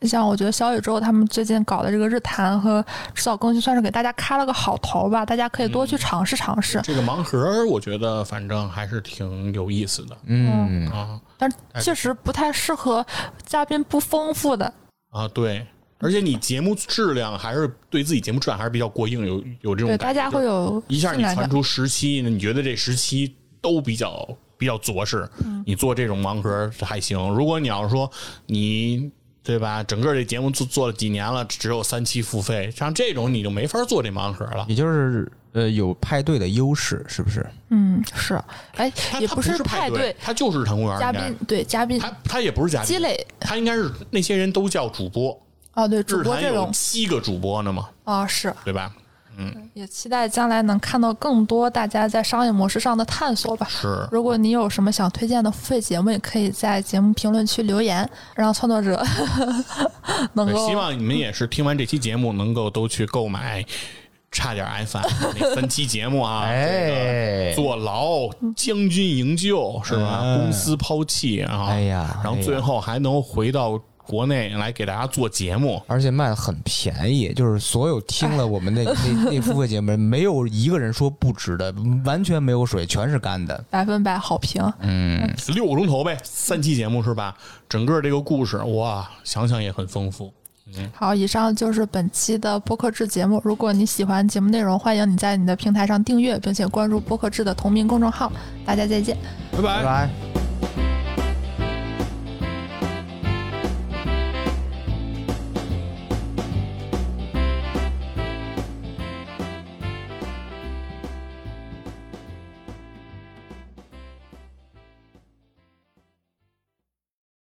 [SPEAKER 1] 像我觉得小宇宙他们最近搞的这个日坛和迟早更新，算是给大家开了个好头吧，大家可以多去尝试尝试。
[SPEAKER 2] 这个盲盒儿我觉得反正还是挺有意思的
[SPEAKER 3] 嗯，
[SPEAKER 2] 啊
[SPEAKER 1] 但确实不太适合嘉宾不丰富的。
[SPEAKER 2] 啊，对。而且你节目质量还是对自己节目质量还是比较过硬，有有这种
[SPEAKER 1] 对，
[SPEAKER 2] 感觉
[SPEAKER 1] 大家会有
[SPEAKER 2] 一下
[SPEAKER 1] 进
[SPEAKER 2] 你
[SPEAKER 1] 来
[SPEAKER 2] 传
[SPEAKER 1] 感。
[SPEAKER 2] 出十期，你觉得这十期都比较比较着实，
[SPEAKER 1] 嗯
[SPEAKER 2] 你做这种盲盒还行。如果你要是说你对吧，整个这节目做做了几年了，只有三期付费，像这种你就没法做这盲盒了。
[SPEAKER 3] 也就是呃有派对的优势，是不是？
[SPEAKER 1] 嗯，是，哎，
[SPEAKER 2] 它
[SPEAKER 1] 也
[SPEAKER 2] 它
[SPEAKER 1] 不
[SPEAKER 2] 不
[SPEAKER 1] 是
[SPEAKER 2] 派
[SPEAKER 1] 对，，
[SPEAKER 2] 它就是谈公园
[SPEAKER 1] 嘉
[SPEAKER 2] 应该
[SPEAKER 1] 宾对嘉宾
[SPEAKER 2] 他他也不是嘉宾，
[SPEAKER 1] 积累
[SPEAKER 2] 他应该是那些人都叫主播，
[SPEAKER 1] 哦，对主
[SPEAKER 2] 日
[SPEAKER 1] 播
[SPEAKER 2] 坛
[SPEAKER 1] 阵
[SPEAKER 2] 有
[SPEAKER 1] 容
[SPEAKER 2] 七个主播呢嘛，
[SPEAKER 1] 啊、是。
[SPEAKER 2] 对吧？
[SPEAKER 1] 也期待将来能看到更多大家在商业模式上的探索吧。
[SPEAKER 2] 是
[SPEAKER 1] 如果你有什么想推荐的付费节目，也可以在节目评论区留言，让创作者 能
[SPEAKER 2] 对
[SPEAKER 1] 够
[SPEAKER 2] 希望你们也是听完这期节目，能够都去购买。差点 FM 那三期节目啊，
[SPEAKER 3] 哎
[SPEAKER 2] 这个坐牢、将军营救是吧？
[SPEAKER 3] 嗯
[SPEAKER 2] 公司抛弃啊，
[SPEAKER 3] 哎呀
[SPEAKER 2] 然
[SPEAKER 3] 哎
[SPEAKER 2] 后
[SPEAKER 3] 呀
[SPEAKER 2] 最后还能回到国内来给大家做节目，
[SPEAKER 3] 而且卖的很便宜，就是所有听了我们那 那那付费节目人，没有一个人说不值的，完全没有水，全是干的。
[SPEAKER 1] 百分百好评。
[SPEAKER 2] 嗯六个钟头呗，三期节目是吧？整个这个故事哇，想想也很丰富。
[SPEAKER 1] 好，以上就是本期的播客制节目。如果你喜欢节目内容，欢迎你在你的平台上订阅，并且关注播客制的同名公众号。大家再见。
[SPEAKER 2] 拜拜
[SPEAKER 3] 拜拜。